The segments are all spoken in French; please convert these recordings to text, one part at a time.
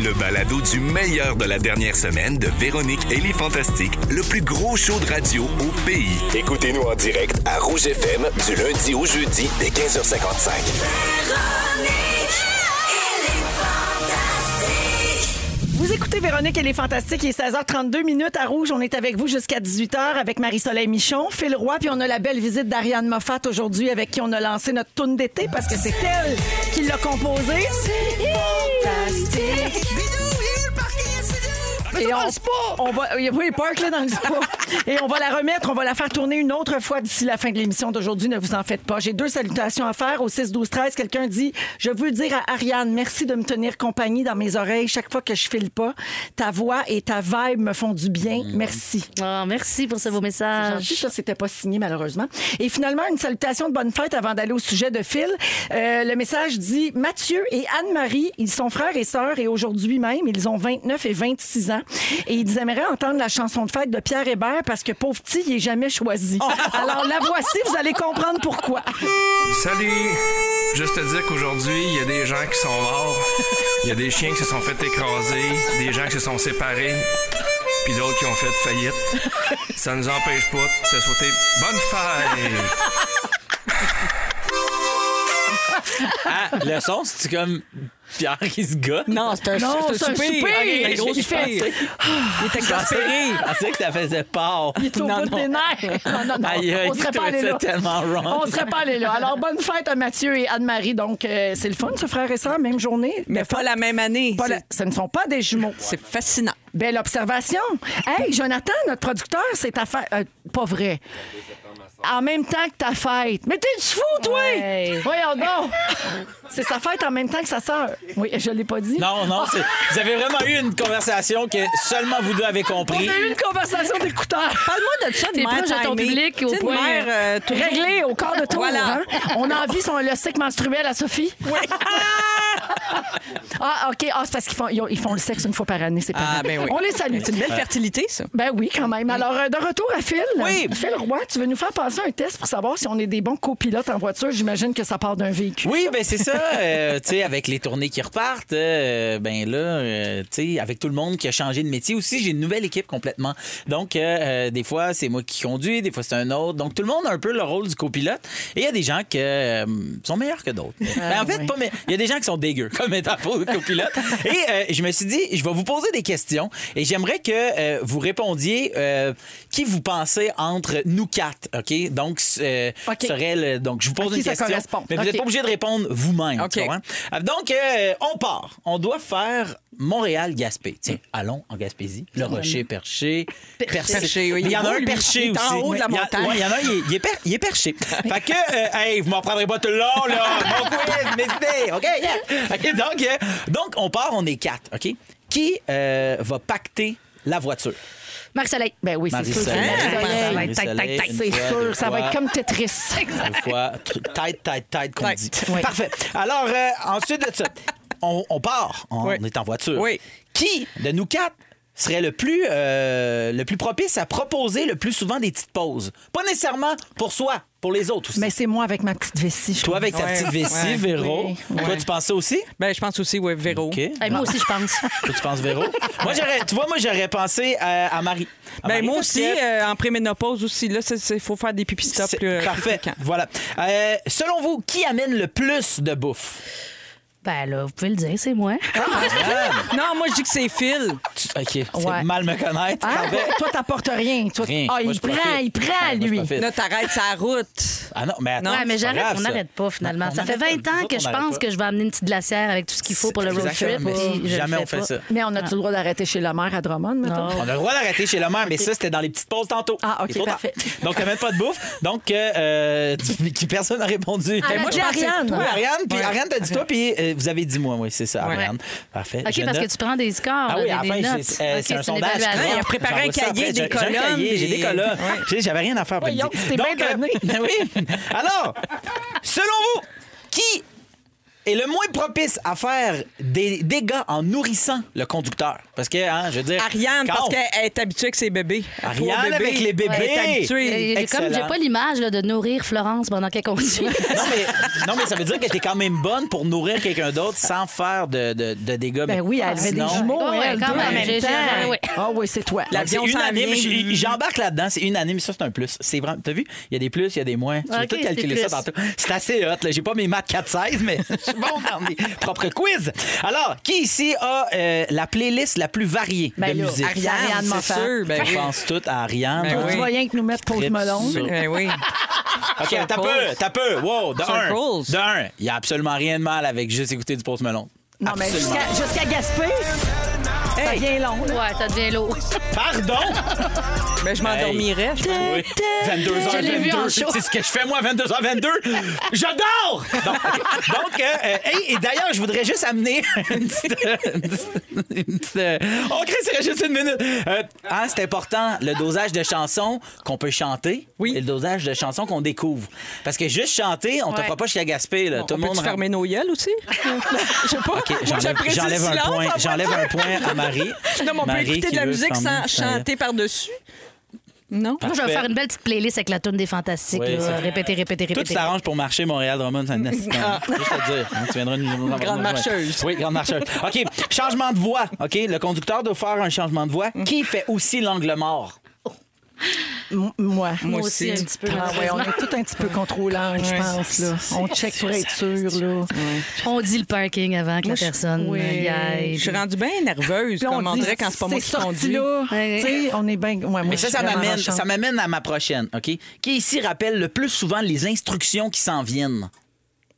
le balado du meilleur de la dernière semaine de Véronique et les Fantastiques, le plus gros show de radio au pays. Écoutez-nous en direct à Rouge FM du lundi au jeudi dès 15h55. Vous écoutez Véronique, elle est fantastique. Il est 16h32 minutes à Rouge. On est avec vous jusqu'à 18h avec Marie-Soleil Michon, Phil Roy, puis on a la belle visite d'Ariane Moffat aujourd'hui avec qui on a lancé notre tune d'été parce que c'est elle qui l'a composée. Fantastique. Et on, on va, oui, parque-la dans le spa. Et on va la remettre, on va la faire tourner une autre fois d'ici la fin de l'émission d'aujourd'hui. Ne vous en faites pas. J'ai deux salutations à faire au 6 12 13. Quelqu'un dit "Je veux dire à Ariane, merci de me tenir compagnie dans mes oreilles chaque fois que je file pas. Ta voix et ta vibe me font du bien. Merci." Oh, merci pour ce beau gentil, message. ça, c'était pas signé, malheureusement. Et finalement, une salutation de bonne fête avant d'aller au sujet de Phil. Euh, le message dit Mathieu et Anne-Marie, ils sont frères et sœurs et aujourd'hui même, ils ont 29 et 26 ans. Et ils aimeraient entendre la chanson de fête de Pierre Hébert parce que pauvre petit, il est jamais choisi. Alors la voici, vous allez comprendre pourquoi. Salut! Juste te dire qu'aujourd'hui, il y a des gens qui sont morts, il y a des chiens qui se sont fait écraser, des gens qui se sont séparés, puis d'autres qui ont fait faillite. Ça nous empêche pas de te souhaiter bonne fête! Ah, le son, c'est comme Pierre qui se gosse. Non, c'est un, Non, c'est un soupir. Ok, un gros Il fait- soupir. Il était Hey, exaspéré. Je pensais que ça faisait peur. Il est au bout des nerfs. Non, non, non. Aïe, aïe, on serait pas dis-toi allé que là. c'est tellement wrong. On serait pas allé là. Alors, bonne fête à Mathieu et Anne-Marie. Donc, euh, c'est le fun, ce frère et sœur, même journée. Mais pas la même année. Pas la- Ce ne sont pas des jumeaux. C'est fascinant. Belle observation. Hey, Jonathan, notre producteur, c'est ta fête. Euh, pas vrai. En même temps que ta fête. Mais t'es du fou, toi! Ouais. Voyons donc! C'est sa fête en même temps que sa sœur. Oui, je l'ai pas dit. Non, non, c'est- vous avez vraiment eu une conversation que seulement vous deux avez On a compris. eu une conversation d'écouteurs. Parle-moi de ça, de T'es mère proche de ton timée. public Tu sais, au une point- mère, euh, tout- Réglé au corps de tour. Voilà. hein? On a envie son le cycle menstruel à Sophie. ah, OK. Ah, c'est parce qu'ils font, ils ont- ils font le sexe une fois par année, c'est pas Ah, ben oui. On les salue. C'est une belle fertilité, ça. Ben oui, quand même. Alors, euh, de retour à Phil. Oui. Phil Roy, tu veux nous faire passer un test pour savoir si on est des bons copilotes en voiture. J'imagine que ça part d'un véhicule. Oui, ben c'est ça. euh, tu sais, avec les tournées qui repartent, euh, ben là, euh, tu sais, avec tout le monde qui a changé de métier aussi, j'ai une nouvelle équipe complètement. Donc, euh, euh, des fois, c'est moi qui conduis, des fois, c'est un autre. Donc, tout le monde a un peu le rôle du copilote. Et il y a des gens qui sont meilleurs que d'autres. Ben, en fait, Ah, oui. pas mais il y a des gens qui sont dégueux, comme étant pour le copilote. Et euh, je me suis dit, je vais vous poser des questions et j'aimerais que euh, vous répondiez euh, qui vous pensez entre nous quatre, OK? Donc, euh, OK. serait le- donc je vous pose À qui une ça question. correspond. Mais vous OK. n'êtes pas obligé de répondre vous-même. OK. tu comprends? Euh, Donc, euh, on part. On doit faire Montréal-Gaspé. Tiens, allons en Gaspésie. Le Rocher, Perché. Perché, Perché, oui. Mais Il y en a un Lui, il perché est aussi. en haut de la Il y a- montagne. ouais, il y en a un, il est, il est per- il est perché. fait que, euh, hey, vous m'en prendrez pas tout le long, là. Bon quiz, mes idées. OK, yeah. OK, donc, euh, donc, on part, on est quatre, OK? Qui euh, va pacter la voiture? Marc Soleil. Ben oui, c'est sûr. Marie-Soleil. Marie-Soleil. Marie-Soleil. Marie-Soleil, une C'est fois, deux sûr, ça va fois. être comme Tetris. Une fois, tr- tête, tête, tête qu'on Tête. dit. Oui. Parfait. Alors, euh, ensuite de ça, on, on part. On Oui. est en voiture. Oui. Qui, de nous quatre, serait le plus, euh, le plus propice à proposer le plus souvent des petites pauses? Pas nécessairement pour soi, pour les autres aussi. Mais c'est moi avec ma petite vessie. je Toi, avec ta Ouais. petite vessie, Ouais. Véro. Oui. Toi, tu pensais aussi? Ben, je pense aussi, ouais, Véro. OK. Eh, moi aussi, je pense. Toi, tu penses Véro? moi, j'aurais, tu vois, moi, j'aurais pensé euh, à, à Marie. À Ben, Marie, moi parce aussi, que- euh, en préménopause aussi, là, il faut faire des pipi stops. C'est- là, plus Parfait. fréquents. Voilà. Euh, selon vous, qui amène le plus de bouffe? Ben là, vous pouvez le dire, c'est moi. Madame. Ah! Non, moi, Ah, je dis que c'est Phil. Tu- OK, c'est Ouais. mal me connaître. Ah, Parfait. toi, t'apportes rien. Toi, Rien. Ah, Moi, il je prend, profite. il prend, Ouais, moi, je lui. profite. Là, t'arrêtes sa route. Ah non, mais attends. ouais, mais c'est pas j'arrête, grave, on ça. n'arrête pas finalement. Non, on ça fait n'arrête 20 pas. ans Nous que autres, je on n'arrête pense pas. que je vais amener une petite glacière avec tout ce qu'il faut pour le road trip. Exactement. puis je le Jamais fais on fait pas. ça. Mais on a-tu le droit d'arrêter chez la mère à Drummond, mettons? On a le droit d'arrêter chez la mère, mais ça, c'était dans les petites pauses tantôt. Ah, OK, Il est trop tard. parfait. Donc, t'amènes pas de bouffe. Donc, euh, euh, tu- qui personne n'a répondu. Ah, Ben, moi, je j'ai pensais- Ariane. Toi, Ariane, puis Ariane, t'as dit toi, puis euh, vous avez dit moi, oui, c'est ça, Ouais. Ariane. Parfait. OK, Ben, je parce note. que tu prends des scores, Ah oui, là, à des, la fin, des j'ai- notes. euh, Ok, c'est un une sondage. évaluation. Ah, il a préparé J'envoie un ça cahier, des après. J'ai- j'ai un colonnes, cahier, J'ai des- des colonnes. Ouais. Tu sais, J'avais rien à faire. après-midi. Voyons, ben tu t'es bien Donc, euh, donné. oui. Alors, selon vous, qui est le moins propice à faire des dégâts en nourrissant le conducteur. Parce que, hein, je veux dire. Ariane, quand parce on- qu'elle est habituée avec ses bébés. Pour Ariane bébé. avec les bébés. Elle est habituée. J'ai- Euh, j'ai Comme j'ai Excellent. pas l'image là, de nourrir Florence pendant qu'elle conduit. Non mais, non, mais ça veut dire que t'es quand même bonne pour nourrir quelqu'un d'autre sans faire de, de- de dégâts. Ben oui, elle avait des Sinon- jumeaux, Ouais, elle, quand deux en même, j'ai- j'ai- même temps. ouais. Ah oui, c'est toi. Donc, C'est L'avion s'en unanime. vient. J- J'embarque là-dedans. C'est unanime. Ça, c'est un plus. C'est vraiment. T'as vu? Il y a des plus, il y a des moins. Tu Ok, tout calculer c'est ça plus. tantôt. C'est assez hot. là. J'ai pas mes maths 4-16, mais je suis bon dans mes propres quiz. Alors, qui ici a euh, la playlist la plus variée Ben de là, musique? Ariane, Ariane c'est Moffat. sûr. Ben Je oui. pense toutes à Ariane. Ben Tu oui. vois rien que nous mettre Post Malone. Trip sur- Ben Eh oui. OK, t'as Circles. peu, t'as peu. Wow, de un. Circles. De un. Il n'y a absolument rien de mal avec juste écouter du Post Malone. Non, mais Absolument. jusqu'à jusqu'à Gaspé, ça devient long. là. Ouais, ça devient lourd. Pardon! Ben, je Hey. m'endormirais. je pense. Oui. Je l'ai vu 22h22. en show. C'est ce que je fais moi 22h22. J'adore. Non, ok. Donc euh, euh, hey, et d'ailleurs, je voudrais juste amener une petite, euh, une petite- une petite, euh, Oh Chris, il reste juste une minute. Euh, hein, c'est important le dosage de chansons qu'on peut chanter Oui. et le dosage de chansons qu'on découvre parce que juste chanter, on te Ouais. fera pas chez Gaspé là, tout On le monde peut-tu fermer nos yeux aussi? Je sais pas. OK, Moi, j'enlève, j'apprécie j'enlève le un silence, point, en j'enlève voiture. un point à Marie. Non, mais on peut Marie écouter qui de la veut musique sans fermer sa gueule. chanter par-dessus? Non? Moi, je vais Parfait. faire une belle petite playlist avec la tune des Fantastiques. Oui, là. ça- Répéter, répéter, Tout répéter. s'arrange pour marcher Montréal Drummond c'est un assistant. Ah. Juste à dire. Hein, Tu viendras nous Grande marcheuse. Oui, grande marcheuse. OK, changement de voix. OK, le conducteur doit faire un changement de voix. Qui fait aussi l'angle mort M- Moi. Moi aussi, un petit peu. Ah ouais, on malheureusement. est tout un petit peu contrôlant, je pense. Là. On check pour être sûr. Là. On dit le parking avant que la je- personne oui. y Je aille. suis rendue bien nerveuse, Puis on comme on dit, dirait quand c'est pas moi ces qui conduis. sorties-là, Ouais. tu sais, on est bien. Ouais, moi, Mais je ça, suis ça vraiment m'amène, rochante. ça m'amène à ma prochaine. OK? Qui ici rappelle le plus souvent les instructions qui s'en viennent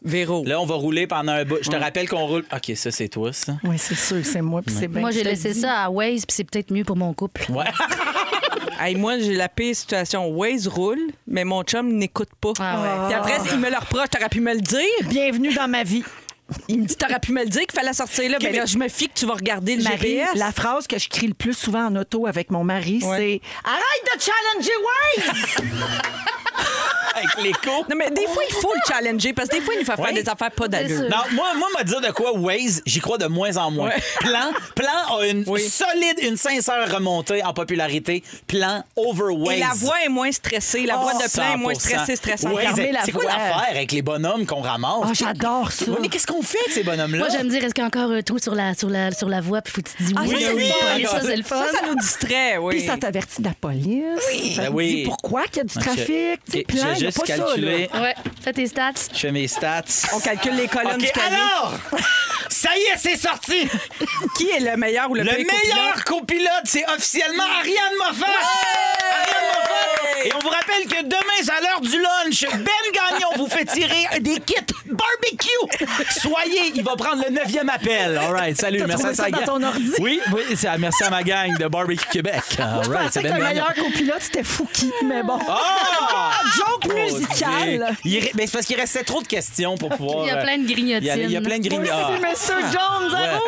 Véro. Là, on va rouler pendant un bout. Je te rappelle qu'on roule. OK, ça, c'est toi, ça. Oui, c'est sûr, c'est moi, puis c'est bien. Moi, j'ai je te laissé dis. ça à Waze, puis c'est peut-être mieux pour mon couple. Ouais. Hey, moi, j'ai la pire situation. Waze roule, mais mon chum n'écoute pas. Ah ouais. Puis après, il me le reproche. T'aurais pu me le dire. Bienvenue dans ma vie. Il me dit, t'aurais pu me le dire qu'il fallait sortir là. Ben là, je me fie que tu vas regarder le Marie, GPS. la phrase que je crie le plus souvent en auto avec mon mari, Ouais. c'est Arrête de challenger Waze! Avec l'écho. Non, mais des fois, il faut le challenger parce que des fois, il nous fait faire Ouais. des affaires pas d'allure. sûr. Non, moi, moi, m'a dire de quoi Waze, j'y crois de moins en moins. Plan, plan a une solide, une sincère remontée en popularité. Plan over Waze. Oh, Et la voix est moins stressée. La voix de plein est moins stressée, stressante. Waze, Fermez la c'est quoi voix. l'affaire avec les bonhommes qu'on ramasse? Ah, j'adore ça. Ouais, mais qu'est-ce qu'on fait avec ces bonhommes-là? Moi, j'aime dire, est-ce qu'il y a encore un trou sur la, sur la, sur la voie? Puis faut que tu te dis Ah, oui, ça, c'est oui, le fun. oui, ça, c'est le fun. Ça, ça nous distrait, oui. Puis ça t'avertit de la police. Ça Ben te oui. dit pourquoi qu'il y a du Ok. trafic. Tu sais, Ok, plein, j'ai il y a juste pas calculé. ça. Ouais, fais tes stats. Je fais mes stats. On calcule les colonnes OK, du cahier. alors! Ça y est, c'est sorti! Qui est le meilleur ou le, Le pire copilote? meilleur copilote, c'est officiellement Ariane Moffat! Ariane Moffat! Et on vous rappelle que demain, c'est à l'heure du lunch, Ben Gagnon vous fait tirer des kits barbecue! Soyez, il va prendre le neuvième appel. All right, salut, T'as merci trouvé à ça sa dans gang. ton ordi? Oui, oui, c'est à- merci à ma gang de Barbecue Québec. All Je right, pensais c'est que Ben le Gagnon. meilleur copilote, c'était Fouki, mais bon. Ah! Joke Dieu. musicale. Il re- mais c'est parce qu'il restait trop de questions pour pouvoir. Il y a euh, plein de Il y grignotines. a, il y a plein Merci, de grignots. Monsieur Jones, à Ouais.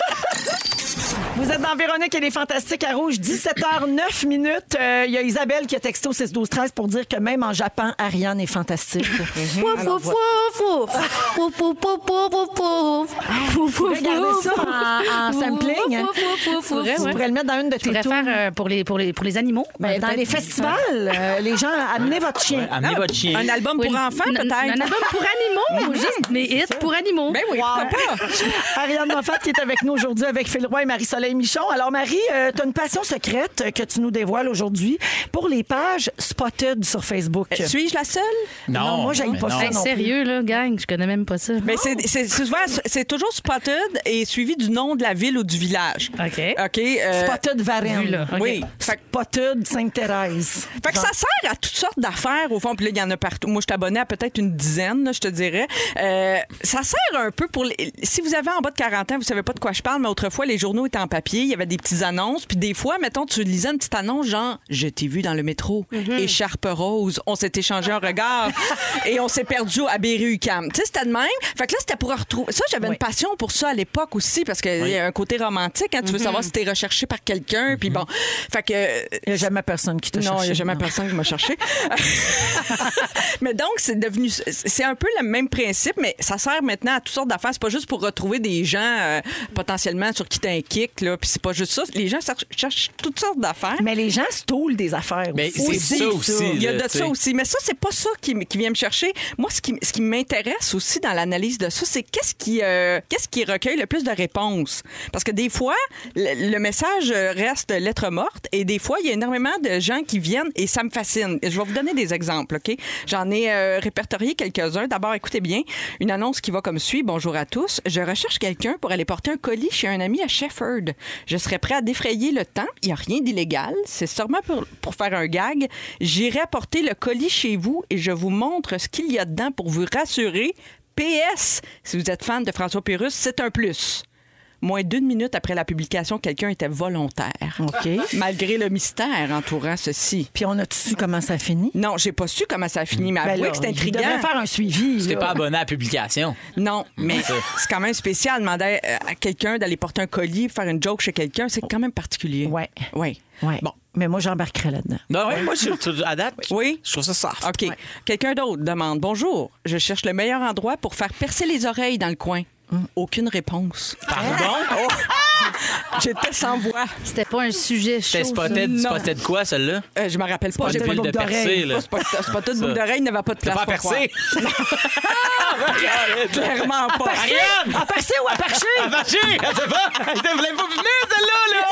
Rouge. Vous êtes dans Véronique et les Fantastiques à Rouge, 17h09 minutes. Euh, Il y a Isabelle qui a texté au 6 12 13 pour dire que même en Japon, Ariane est fantastique. Pouf, pouf, pouf, pouf. Pouf, pouf, pouf, pouf, pouf, pouf. Ah, Pouf, pouf, Regardez ça pouf. en, en Pouf, sampling. hein. pouf, pouf, pouf, pouf. Tu pourrais le mettre dans une de Je tes pourrais tours. faire euh, pour, les, pour, les, pour les animaux. Ben, dans peut-être. les festivals, euh, les gens, amenez votre chien. Amenez votre chien. Un album Oui, pour enfants, n- peut-être? Un album pour animaux, juste mes hits pour animaux. Ben oui, pourquoi pas? Ariane Moffat qui est avec nous aujourd'hui avec Phil Roy et Marie-Soleil Michon. Alors Marie, tu as une passion secrète euh, que tu nous dévoiles aujourd'hui pour les pages spotted sur Facebook. Euh, Euh, Suis-je la seule? Non, Non, moi, j'aille mais pas non. ça, Hey, non plus. sérieux, là, gang, je connais même pas ça. Mais c'est c'est souvent, c'est toujours spotted et suivi du nom de la ville ou du village. OK. OK. euh, Spotted Varennes. Vu, là. OK. Oui. Fait, que- Spotted Sainte-Thérèse. fait que ça sert à toutes sortes d'affaires, au fond. Puis là, il y en a partout. Moi, je suis abonnée à peut-être une dizaine, là, je te dirais. Euh, ça sert un peu pour... les- Si vous avez en bas de 40 ans, vous savez pas de quoi je parle, mais autrefois, les journaux étaient en papier, il y avait des petites annonces. Puis des fois, mettons, tu lisais une petite annonce genre Je t'ai vu dans le métro, Mm-hmm. écharpe rose, on s'est échangé un regard et on s'est perdu à Berry-UQAM. Tu sais, c'était de même. Fait que là, c'était pour retrouver. Ça, j'avais Oui. une passion pour ça à l'époque aussi parce qu'il y a un côté romantique. hein. Tu veux Mm-hmm. savoir si t'es recherché par quelqu'un. Puis bon. Fait que Il n'y a jamais personne qui te non, il n'y a jamais personne qui m'a cherché. mais donc, c'est devenu. C'est un peu le même principe, mais ça sert maintenant à toutes sortes d'affaires. C'est pas juste pour retrouver des gens euh, potentiellement sur qui t'as un kick, là. Puis c'est pas juste ça. Les gens cher- cherchent toutes sortes d'affaires. Mais les gens stoulent des affaires. Mais aussi. c'est ça aussi, Il y a là, de tu ça sais. aussi. Mais ça, c'est pas ça qui, m- qui vient me chercher. Moi, ce qui, ce qui m'intéresse aussi dans l'analyse de ça, c'est qu'est-ce qui, euh, qu'est-ce qui recueille le plus de réponses. Parce que des fois, le, le message reste lettre morte et des fois, il y a énormément de gens qui viennent et ça me fascine. Je vais vous donner des exemples, OK? J'en ai euh, répertorié quelques-uns. D'abord, écoutez bien, une annonce qui va comme suit. Bonjour à tous. Je recherche quelqu'un pour aller porter un colis chez un ami à Shefford. Je serais prêt à défrayer le temps. Il n'y a rien d'illégal. C'est sûrement pour, pour faire un gag. J'irai porter le colis chez vous et je vous montre ce qu'il y a dedans pour vous rassurer. PS, si vous êtes fan de François Pérus, c'est un plus. Moins d'une minute après la publication, quelqu'un était volontaire. OK. Malgré le mystère entourant ceci. Puis on a-tu su comment ça finit? Non, j'ai pas su comment ça a fini, mais Ben avouez là, que c'est il intriguant. devrait faire un suivi. T'es là. pas abonné à la publication. Non, mais ça. c'est quand même spécial. Demander euh, à quelqu'un d'aller porter un colis, faire une joke chez quelqu'un, c'est quand même particulier. Ouais. Ouais. Ouais. Bon. Mais moi, j'embarquerai là-dedans. Non, ouais, moi, je, tu- à date, Oui. je trouve ça soft. OK. Quelqu'un d'autre demande Bonjour, je cherche le meilleur endroit pour faire percer les oreilles dans le coin. Aucune réponse. Pardon? Ah. J'étais sans voix. C'était pas un sujet chaud. T'es ça. spotted, tu spotted quoi, celle-là? Euh, je me rappelle pas. pas J'ai une pas boule de de boucle percée, d'oreille. là. C'est pas- C'est pas toute Ça. boucle d'oreille, il n'y avait pas de T'as place. pas à pour percer? Ah! croire. Clairement pas. Ariane! À passer ou à parcher? À marcher! Elle sait pas! Elle te voulait pas venir, celle-là, là!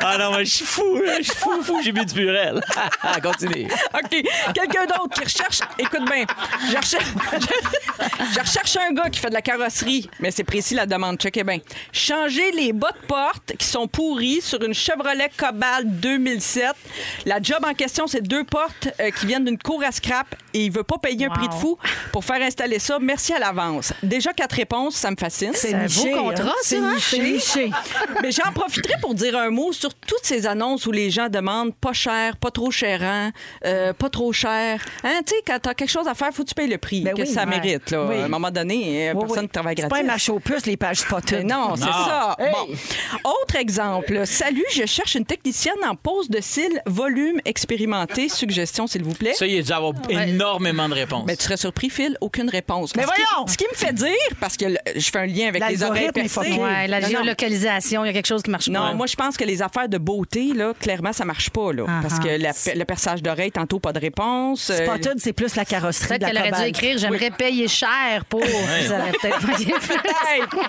Ah non, mais je suis fou, là. je suis fou, fou, j'ai bu du purel. Continue. OK. Quelqu'un d'autre qui recherche. Écoute bien. Je recherche... je- je recherche un gars qui fait de la carrosserie, mais c'est précis la demande. Checkez bien. Changer les bas de porte qui sont pourris sur une Chevrolet Cobalt 2007. La job en question, c'est deux portes euh, qui viennent d'une cour à scrap et il veut pas payer un prix de fou pour faire installer ça. Merci à l'avance. Déjà quatre réponses, ça me fascine. C'est un beau niché, hein. contrat, C'est ça, hein? niché. niché. Mais j'en profiterai pour dire un mot sur toutes ces annonces où les gens demandent pas cher, pas trop chérant, euh, pas trop cher. Hein, tu sais, quand t'as quelque chose à faire, faut que tu payes le prix Ben que oui, ça ouais. mérite. Là. Oui. À un moment donné, euh, Oui, personne oui. ne travaille C'est gratis. pas un macho puce, les pages Euh, spotted. Non, c'est Non. ça. Hey. Bon. Autre exemple. Salut, je cherche une technicienne en pose de cils, volume expérimenté. Suggestion, s'il vous plaît. Ça, il a dû avoir énormément de réponses. Mais Ben, tu serais surpris, Phil, aucune réponse. Mais Ce qui- voyons! Ce qui me fait dire, parce que le- je fais un lien avec les oreilles L'algorithme est percées. fucké. Ouais, la Non, non. géolocalisation, il y a quelque chose qui marche Non, pas. moi, je pense que les affaires de beauté, là, clairement, ça marche pas, là. Ah, Parce que la pe- le perçage d'oreille, tantôt, pas de réponse. euh, Spotted, c'est plus la carrosserie de Peut-être la qu'elle aurait dû Cobalt. écrire J'aimerais payer cher pour. Vous auriez peut-être payé plus.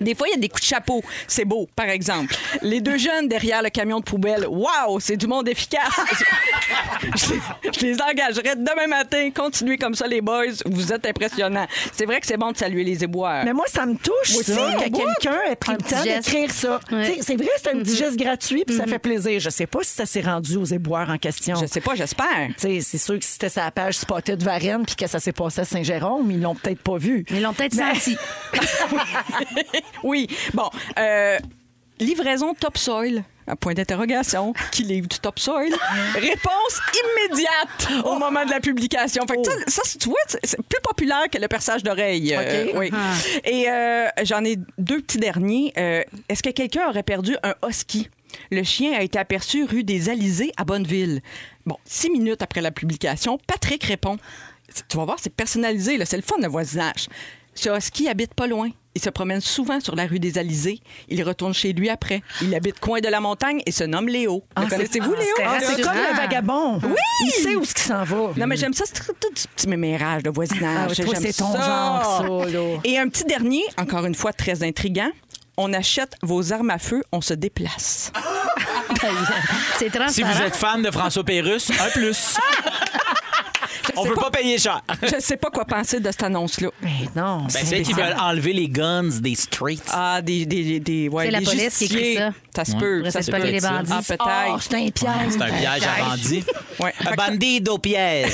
Des fois, il y a des coups de chapeau. C'est beau, par exemple. Les deux jeunes derrière le camion de poubelle. Waouh, c'est du monde efficace. je, les- je les engagerais demain matin. Continuez comme ça, les boys. Vous êtes impressionnants. C'est vrai que c'est bon de saluer les éboires. Mais moi, ça me touche, Euh, Moi ça, aussi, que au bout. quelqu'un ait pris Un le petit temps geste. d'écrire ça. Ouais. Tu sais, C'est vrai, c'est un petit geste gratuit, puis ça fait plaisir. Je sais pas si ça s'est rendu aux éboires en question. Je sais pas, j'espère. Tu sais, C'est sûr que si c'était sa page Spotted Varenne puis que ça s'est passé à Saint-Jérôme, ils l'ont peut-être pas vu. Ils l'ont peut-être Mais- senti. oui. Bon. euh, livraison topsoil. Un point d'interrogation. Qui livre du topsoil? Réponse immédiate Oh. au moment de la publication. Fait que ça, ça, tu vois, c'est- c'est plus populaire que le perçage d'oreille. euh, OK. ah. oui. Et euh, j'en ai deux petits derniers. Euh, Est-ce que quelqu'un aurait perdu un husky? Le chien a été aperçu rue des Alizés à Bonneville. Bon, six minutes après la publication, Patrick répond. C'est- Tu vas voir, c'est personnalisé, là, c'est le fun, le voisinage. Ce husky habite pas loin. Il se promène souvent sur la rue des Alizés. Il retourne chez lui après. Il habite coin de la montagne et se nomme Léo. Le connaissez-vous, Léo? Ah, Rassurant. c'est comme le vagabond. Oui! Il sait où ce qui s'en va. Non, mais j'aime ça. C'est tout du petit mémérage de voisinage. Ah oui, toi, J'aime c'est ton ça. genre, ça, là. Et un petit dernier, encore une fois, très intriguant. On achète vos armes à feu, on se déplace. C'est Ben, transparent. Si vous êtes fan de François Pérusse, un plus. On sais peut pas. pas payer cher. Je sais pas quoi penser de cette annonce-là. Mais non, Ben, c'est qu'ils veulent enlever les guns des streets. Ah, des, des, des, ouais, C'est la des police qui écrit justiciers. ça. Ça se peut. Après, Ça c'est se pas peut. les bandits. Oh, Ah, Ah, peut-être. c'est un piège. C'est un piège à bandits. Ouais. Un bandit au piège.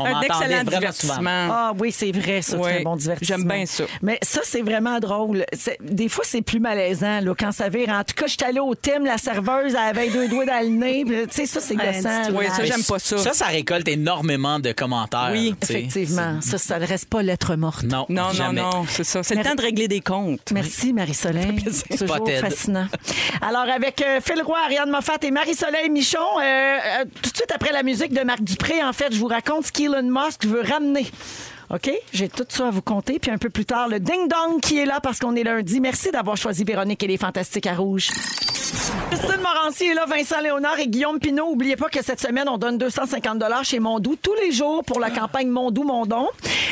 On Un m'entendait excellent vraiment souvent. divertissement. Ah oui, c'est vrai, ça, c'est Oui, un bon divertissement. j'aime bien ça. Mais ça, c'est vraiment drôle. C'est- Des fois, c'est plus malaisant là, quand ça vire. En tout cas, je suis allée au thème, la serveuse, elle avait deux doigts dans le nez. Puis, Tu sais, ça, c'est Ah, Ouais, gossant. dis-toi. Oui, là. ça, j'aime pas ça. Ça, ça récolte énormément de commentaires. Oui, tu sais. Effectivement, ça, ça ne reste pas l'être morte. Non, Non, non, jamais. non, c'est ça. C'est le Mais- temps de régler des comptes. Merci, Marie-Soleil. C'est toujours Spotted. fascinant. Alors, avec euh, Phil Roy, Ariane Moffat et Marie-Soleil Michon, euh, euh, tout de suite après la musique de Marc Dupré, en fait, je vous raconte ce qu'Elon Musk veut ramener. OK? J'ai tout ça à vous compter. Puis un peu plus tard, le ding-dong qui est là parce qu'on est lundi. Merci d'avoir choisi Véronique et les Fantastiques à Rouge. Christine Morancy est là, Vincent Léonard et Guillaume Pinault. N'oubliez pas que cette semaine, on donne 250 chez Mondou tous les jours pour Ah. la campagne Mondou Mondon.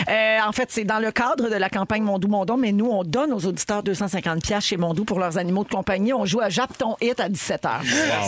Euh, en fait, c'est dans le cadre de la campagne Mondou Mondon, mais nous, on donne aux auditeurs 250 chez Mondou pour leurs animaux de compagnie. On joue à Japton Hit à 17h.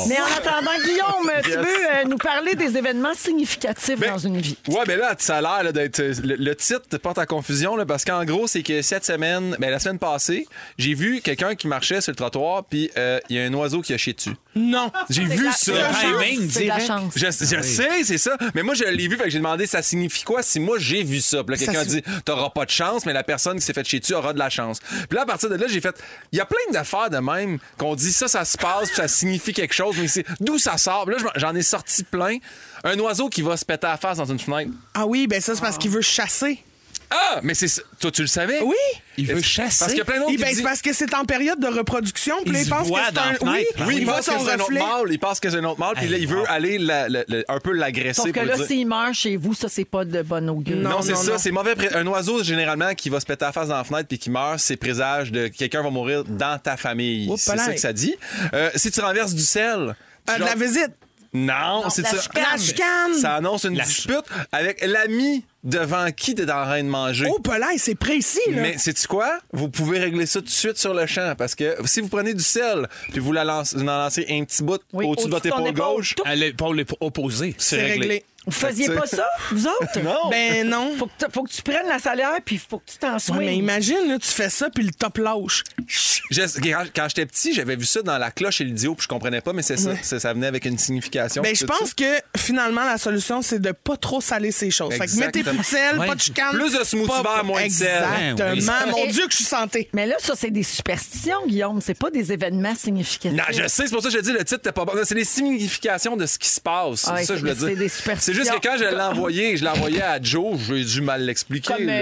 Mais en attendant, Guillaume, tu veux euh, nous parler des événements significatifs dans une vie. Ouais, mais là, ça a l'air là, d'être. euh, Le, le titre porte à confusion, là, parce qu'en gros, c'est que cette semaine, ben, la semaine passée, j'ai vu quelqu'un qui marchait sur le trottoir, puis euh, il y a un oiseau qui a chié dessus. Non. J'ai vu ça. Le timing Ah, C'est de la direct. chance. Je, je sais, c'est ça. Mais moi, je l'ai vu, fait que j'ai demandé ça signifie quoi si moi j'ai vu ça. Puis là, quelqu'un a dit t'auras pas de chance, mais la personne qui s'est fait chier dessus aura de la chance. Puis là, à partir de là, j'ai fait il y a plein d'affaires de même qu'on dit ça, ça se passe, puis ça signifie quelque chose, mais c'est d'où ça sort. Puis là, je m'en- j'en ai sorti plein. Un oiseau qui va se péter à la face dans une fenêtre. Ah oui, ben ça, c'est parce qu'il veut chasser. Ah, mais c'est ça. toi tu le savais Oui. Il veut chasser. Parce qu'il y a plein d'autres Eh qui ben, c'est disent- parce que c'est en période de reproduction. Puis Il là, il se pense que voit c'est dans un. la Oui, fenêtre. Ah Oui, il il voit pense que son c'est un autre reflet. mâle, il pense que c'est un autre mâle, puis Hey, là, il wow. veut aller la- la- la- un peu l'agresser. Sauf que pour là, dire- s'il meurt chez vous, ça, c'est pas de bonne augure. Non, c'est non, ça, non. c'est mauvais. pré- Un oiseau, généralement, qui va se péter la face dans la fenêtre puis qui meurt, c'est présage de quelqu'un va mourir dans ta famille. Oups, C'est là. ça que ça dit. Euh, si tu renverses du sel. tu Euh, de la genre- visite. Non, c'est la ça. chicane. La chicane. Ça annonce une dispute avec l'ami devant qui t'es en train de manger. Oh, Pelin, c'est précis, là. Mais sais-tu quoi? Vous pouvez régler ça tout de suite sur le champ parce que si vous prenez du sel puis vous la lancez, vous en lancez un petit bout Oui, au-dessus de votre au-dessus de ton épaule épaule, gauche, tout. À l'épaule opposée. C'est réglé. Vous faisiez pas ça, vous autres? Non! Ben non. Faut que, t- faut que tu prennes la salaire, puis faut que tu t'en Ouais, mais soignes. imagine, là, tu fais ça, puis le top lâche. Je- quand- quand j'étais petit, j'avais vu ça dans la cloche et l'idiot, puis je comprenais pas, mais c'est ça, ça. ça venait avec une signification. Ben, je Tout ça. pense que finalement, la solution, c'est de pas trop saler ces choses. Fait que mets tes Exactement. plus de sel, Ouais. pas de chicane. Plus de pas- smoothie vert, moins de sel. Exactement. Ouais, oui. Mon Dieu, que je suis santé. Mais là, ça, c'est des superstitions, Guillaume. C'est pas des événements significatifs. Non, je sais, c'est pour ça que je dis le titre t'es pas bon. Non, C'est les significations de ce qui se passe. Ouais, c'est ça que je voulais Ah, c'est- dire. c'est des superstitions. C'est juste que quand je l'ai envoyé, je l'ai envoyé à Joe, j'ai dû mal l'expliquer. Comme là.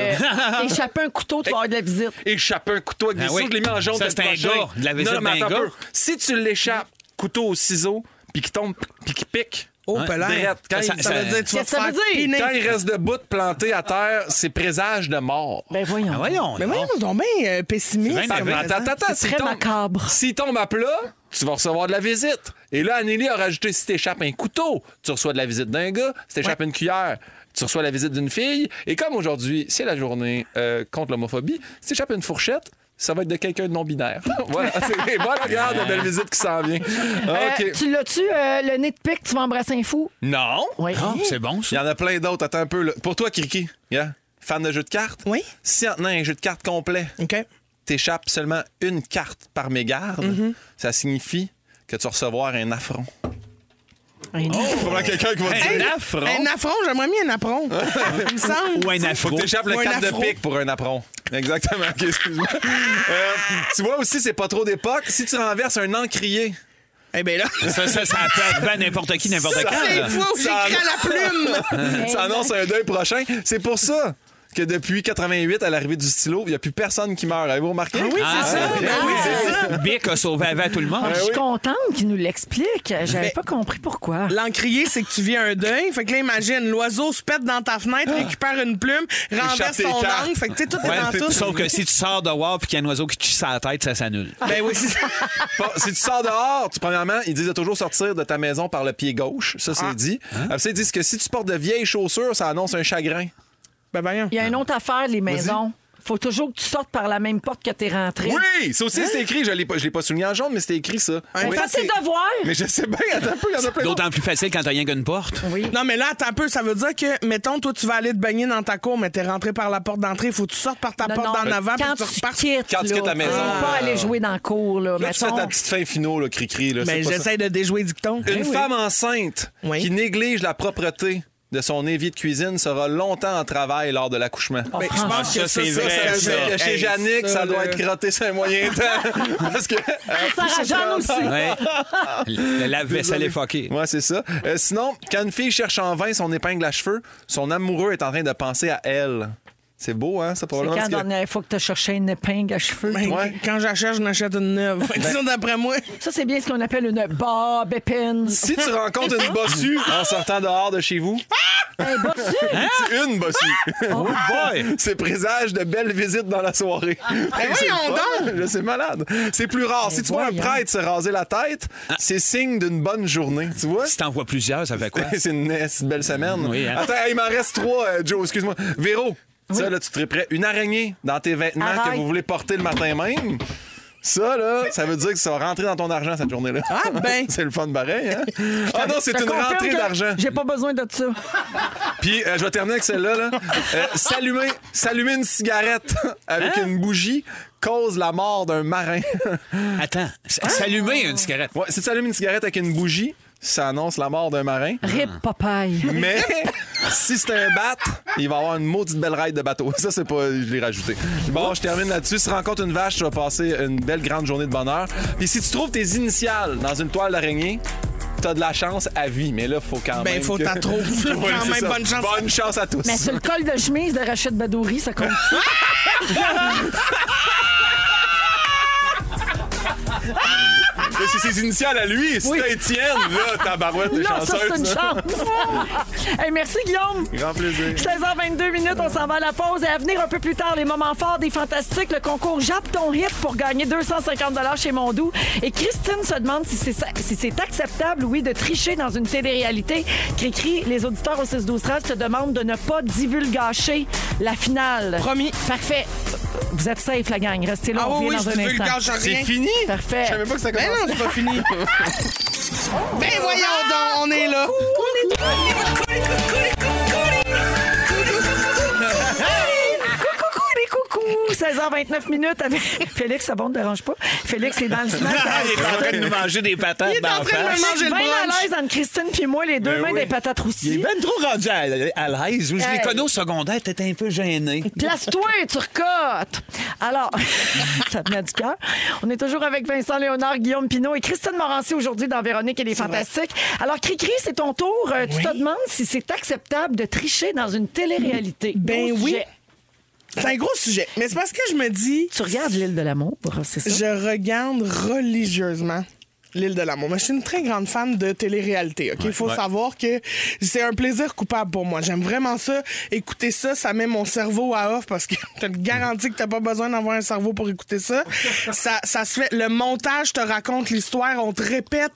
euh, échapper un couteau, tu vas avoir de la visite. Échapper un couteau Ben avec des Ah ciseaux, oui. je l'ai mis en jaune Ça, le c'est un prochain. gars, de la visite Non, non, mais d'un attends gars. un peu. Si tu l'échappes, couteau au ciseau, puis qu'il tombe, puis qu'il pique, hein, Oh, Pelin. direct, quand Ça, il- ben, ça veut dire que tu vas te Qu'est-ce que ça faire veut dire? piner. quand il reste debout planté à terre, c'est présage de mort. Ben voyons. Ah, voyons. Mais donc. voyons, c'est donc bien euh, pessimiste. C'est bien comme élevé. raison. Attends, attends, attends. C'est s'il très tombe- macabre. S'il tombe à plat, tu vas recevoir de la visite. Et là, Anneli a rajouté si t'échappes un couteau, tu reçois de la visite d'un gars. Si t'échappes une cuillère, tu reçois la visite d'une fille. Et comme aujourd'hui, c'est la journée euh, contre l'homophobie, si t'échappes une fourchette, ça va être de quelqu'un de non-binaire. voilà, Ah, c'est voilà, regarde la belle visite qui s'en vient. Ah, Euh, OK. tu l'as-tu, euh, le nez de pique, tu vas embrasser un fou? Non! Oui. Ah, Hein? c'est bon, Il y ça. en a plein d'autres. Attends un peu. là. Pour toi, Kiki, yeah, fan de jeux de cartes, Oui. si en tenant un jeu de cartes complet, OK. t'échappes seulement une carte par mégarde, Mm-hmm. ça signifie que tu vas recevoir un affront. Oh! Probablement quelqu'un qui va te Hey, dire. Un affront, j'aimerais bien un affront. Il me semble. Ou un afro. Faut que t'échappes le Ou un cap de afro. pique pour un apron. Exactement. Ok, excuse-moi. Euh, tu vois aussi, c'est pas trop d'époque. Si tu renverses un encrier, Eh bien là, Ça, ça, ça peut arriver à n'importe qui, n'importe quand. c'est là. les fois où j'écris Ça- à la plume. ça annonce un deuil prochain. C'est pour ça que depuis 88, à l'arrivée du stylo, il n'y a plus personne qui meurt. Avez-vous remarqué? Ah, oui, c'est ça. ouais. Ben oui, c'est ça. Ah Bic a sauvé avant tout le Ben monde. Je suis contente qu'il nous l'explique. J'avais pas compris pourquoi. L'encrier, c'est que tu vis un deuil. Fait que là, imagine, l'oiseau se pète dans ta fenêtre, récupère une plume, renverse tes ton cartes. angle. Fait que tu sais, tout est Ah. Ouais, dans tout. sauf que si tu sors dehors puis qu'il y a un oiseau qui te chie sa tête, ça s'annule. Ben oui, c'est ça. Pas- si tu sors dehors, tu- premièrement, ils disent de toujours sortir de ta maison par le pied gauche. Ça, c'est Ah. dit. Hein? Après, ça, ils disent que si tu portes de vieilles chaussures, ça annonce un chagrin. Ben voyons. Il y a une autre affaire, les maisons. faut toujours que tu sortes par la même porte que t'es rentré. Hein? Oui, ça aussi, c'est écrit. Je l'ai pas, je l'ai pas souligné en jaune, mais c'était écrit, ça. Mais Oui. fais tes devoirs. Mais je sais bien, attends un peu, il y en a plein d'autres. D'autant plus facile quand t'as rien qu'une porte. Non, mais là, attends un peu. Ça veut dire que, mettons, toi, tu vas aller te baigner dans ta cour, mais t'es rentré par la porte d'entrée. Faut que tu sortes par ta porte d'en avant quand puis tu tu repartes. quittes, Quand tu là, quittes la maison. faut pas aller jouer dans le cours, là, Là, tu fais mettons. ta petite fin finaux, là, cri-cri. Là, Mais c'est pas ça. Ben, j'essaie de déjouer dicton. Une femme enceinte Oui. qui néglige la propreté de son évier de cuisine sera longtemps en travail lors de l'accouchement. Ben, Mais je pense que ça, Ah, c'est ça, vrai, ça, Je sais que ça. chez Hey, Yannick, ça doit là. être crotté sur un moyen temps. Parce que. Ah, Ah, Sarah Jeanne aussi. Ouais. Le lave-vaisselle est fucké. Ouais, c'est ça. Euh, sinon, quand une fille cherche en vain son épingle à cheveux, son amoureux est en train de penser à elle. C'est beau, hein, ça, C'est probablement. quand la parce que- dernière fois que t'as cherché une épingle à cheveux? Ben. Ben, Ouais. Quand j'achète, je n'achète une neuve. Fait que ça, d'après moi. Ça, c'est bien ce qu'on appelle une bob épine. Si tu rencontres une bossue ben, en sortant dehors de chez vous, Hey, bossu! Hein? c'est une bossue. Oh C'est présage de belles visites dans la soirée. Hey, c'est voyons le fun. Je suis malade. C'est plus rare. si tu vois un prêtre se raser la tête, c'est signe d'une bonne journée. Tu vois? Ah. Si t'en vois plusieurs, ça fait quoi? C'est une, c'est une belle semaine. Oui, hein. Attends, hey, il m'en reste trois, euh, Joe, excuse-moi. Véro, ça, là, tu te prêt. Une araignée dans tes vêtements que Arrête. vous voulez porter le matin même. Ça, là, ça veut dire que ça va rentrer dans ton argent cette journée-là. Ah, ben. c'est le fun pareil, hein? Ah non, c'est Je te une confirme rentrée que d'argent. J'ai pas besoin de ça. Puis, euh, je vais terminer avec celle-là. là. Euh, s'allumer, s'allumer une cigarette avec Hein? une bougie cause la mort d'un marin. Attends, s- s'allumer une cigarette. Ouais, si tu allumes une cigarette avec une bougie, ça annonce la mort d'un marin. Rip Popeye. Mais si c'est un bat, il va avoir une maudite belle ride de bateau. Ça, c'est pas. Je l'ai rajouté. Bon, je termine là-dessus. Si tu rencontres une vache, tu vas passer une belle grande journée de bonheur. Puis si tu trouves tes initiales dans une toile d'araignée, t'as de la chance à vie. Mais là, faut quand même. Ben, faut que- t'en trouver. Ouais, Quand c'est même, ça. bonne chance. Bonne chance à tous. Mais sur le col de chemise de Rachid Badouri, ça compte. Mais c'est ses initiales à lui. Si Oui. t'as Étienne, là, ta barouette est Non, ça, chanceuse. c'est une ça. chance. Hey, merci, Guillaume. Grand plaisir. 16h22 minutes, on s'en va à la pause. Et à venir un peu plus tard, les moments forts des Fantastiques, le concours Jappe ton hit pour gagner 250 chez Mondou. Et Christine se demande si c'est ça- si c'est acceptable, oui, de tricher dans une télé-réalité. Cricri, les auditeurs au 6-12-13 te demandent de ne pas divulgacher la finale. Promis. Parfait. Vous êtes safe, la gang. Restez là, Ah on oui, oui, revient dans je un veux le instant. gage à rien. C'est fini? Parfait. Je savais pas que ça Ben commençait. non, c'est pas fini. ben voyons donc, on est là. Coucou les coucous! 16h29 minutes avec Félix, ça bon, te dérange pas? Félix est dans le hein? snack. il est en train de nous manger des patates Ah, Il est en d'en train de face. me manger Bien le brunch. à l'aise, Anne-Christine puis moi, les deux Ben mains des patates Il est roussies. ben trop rendu à, à l'aise. Moi, Je Hey. les connais au secondaire, t'étais un peu gêné. Place-toi, Turcotte! Alors, ça venait du cœur. On est toujours avec Vincent Léonard, Guillaume Pinot et Christine Morancy aujourd'hui dans Véronique et les Fantastiques. Alors, Cricri, c'est ton tour. Euh, Tu te demandes si c'est acceptable de tricher dans une télé-réalité. Ben Gros oui. sujet. C'est un gros sujet. Mais c'est parce que je me dis, Tu regardes l'île de l'amour, c'est ça? je regarde religieusement. L'île de l'amour. Mais je suis une très grande fan de télé-réalité. OK? Il faut savoir que c'est un plaisir coupable pour moi. J'aime vraiment ça. Écouter ça, ça met mon cerveau à off parce que je te garantis que t'as pas besoin d'avoir un cerveau pour écouter ça. ça. Ça se fait. Le montage te raconte l'histoire. On te répète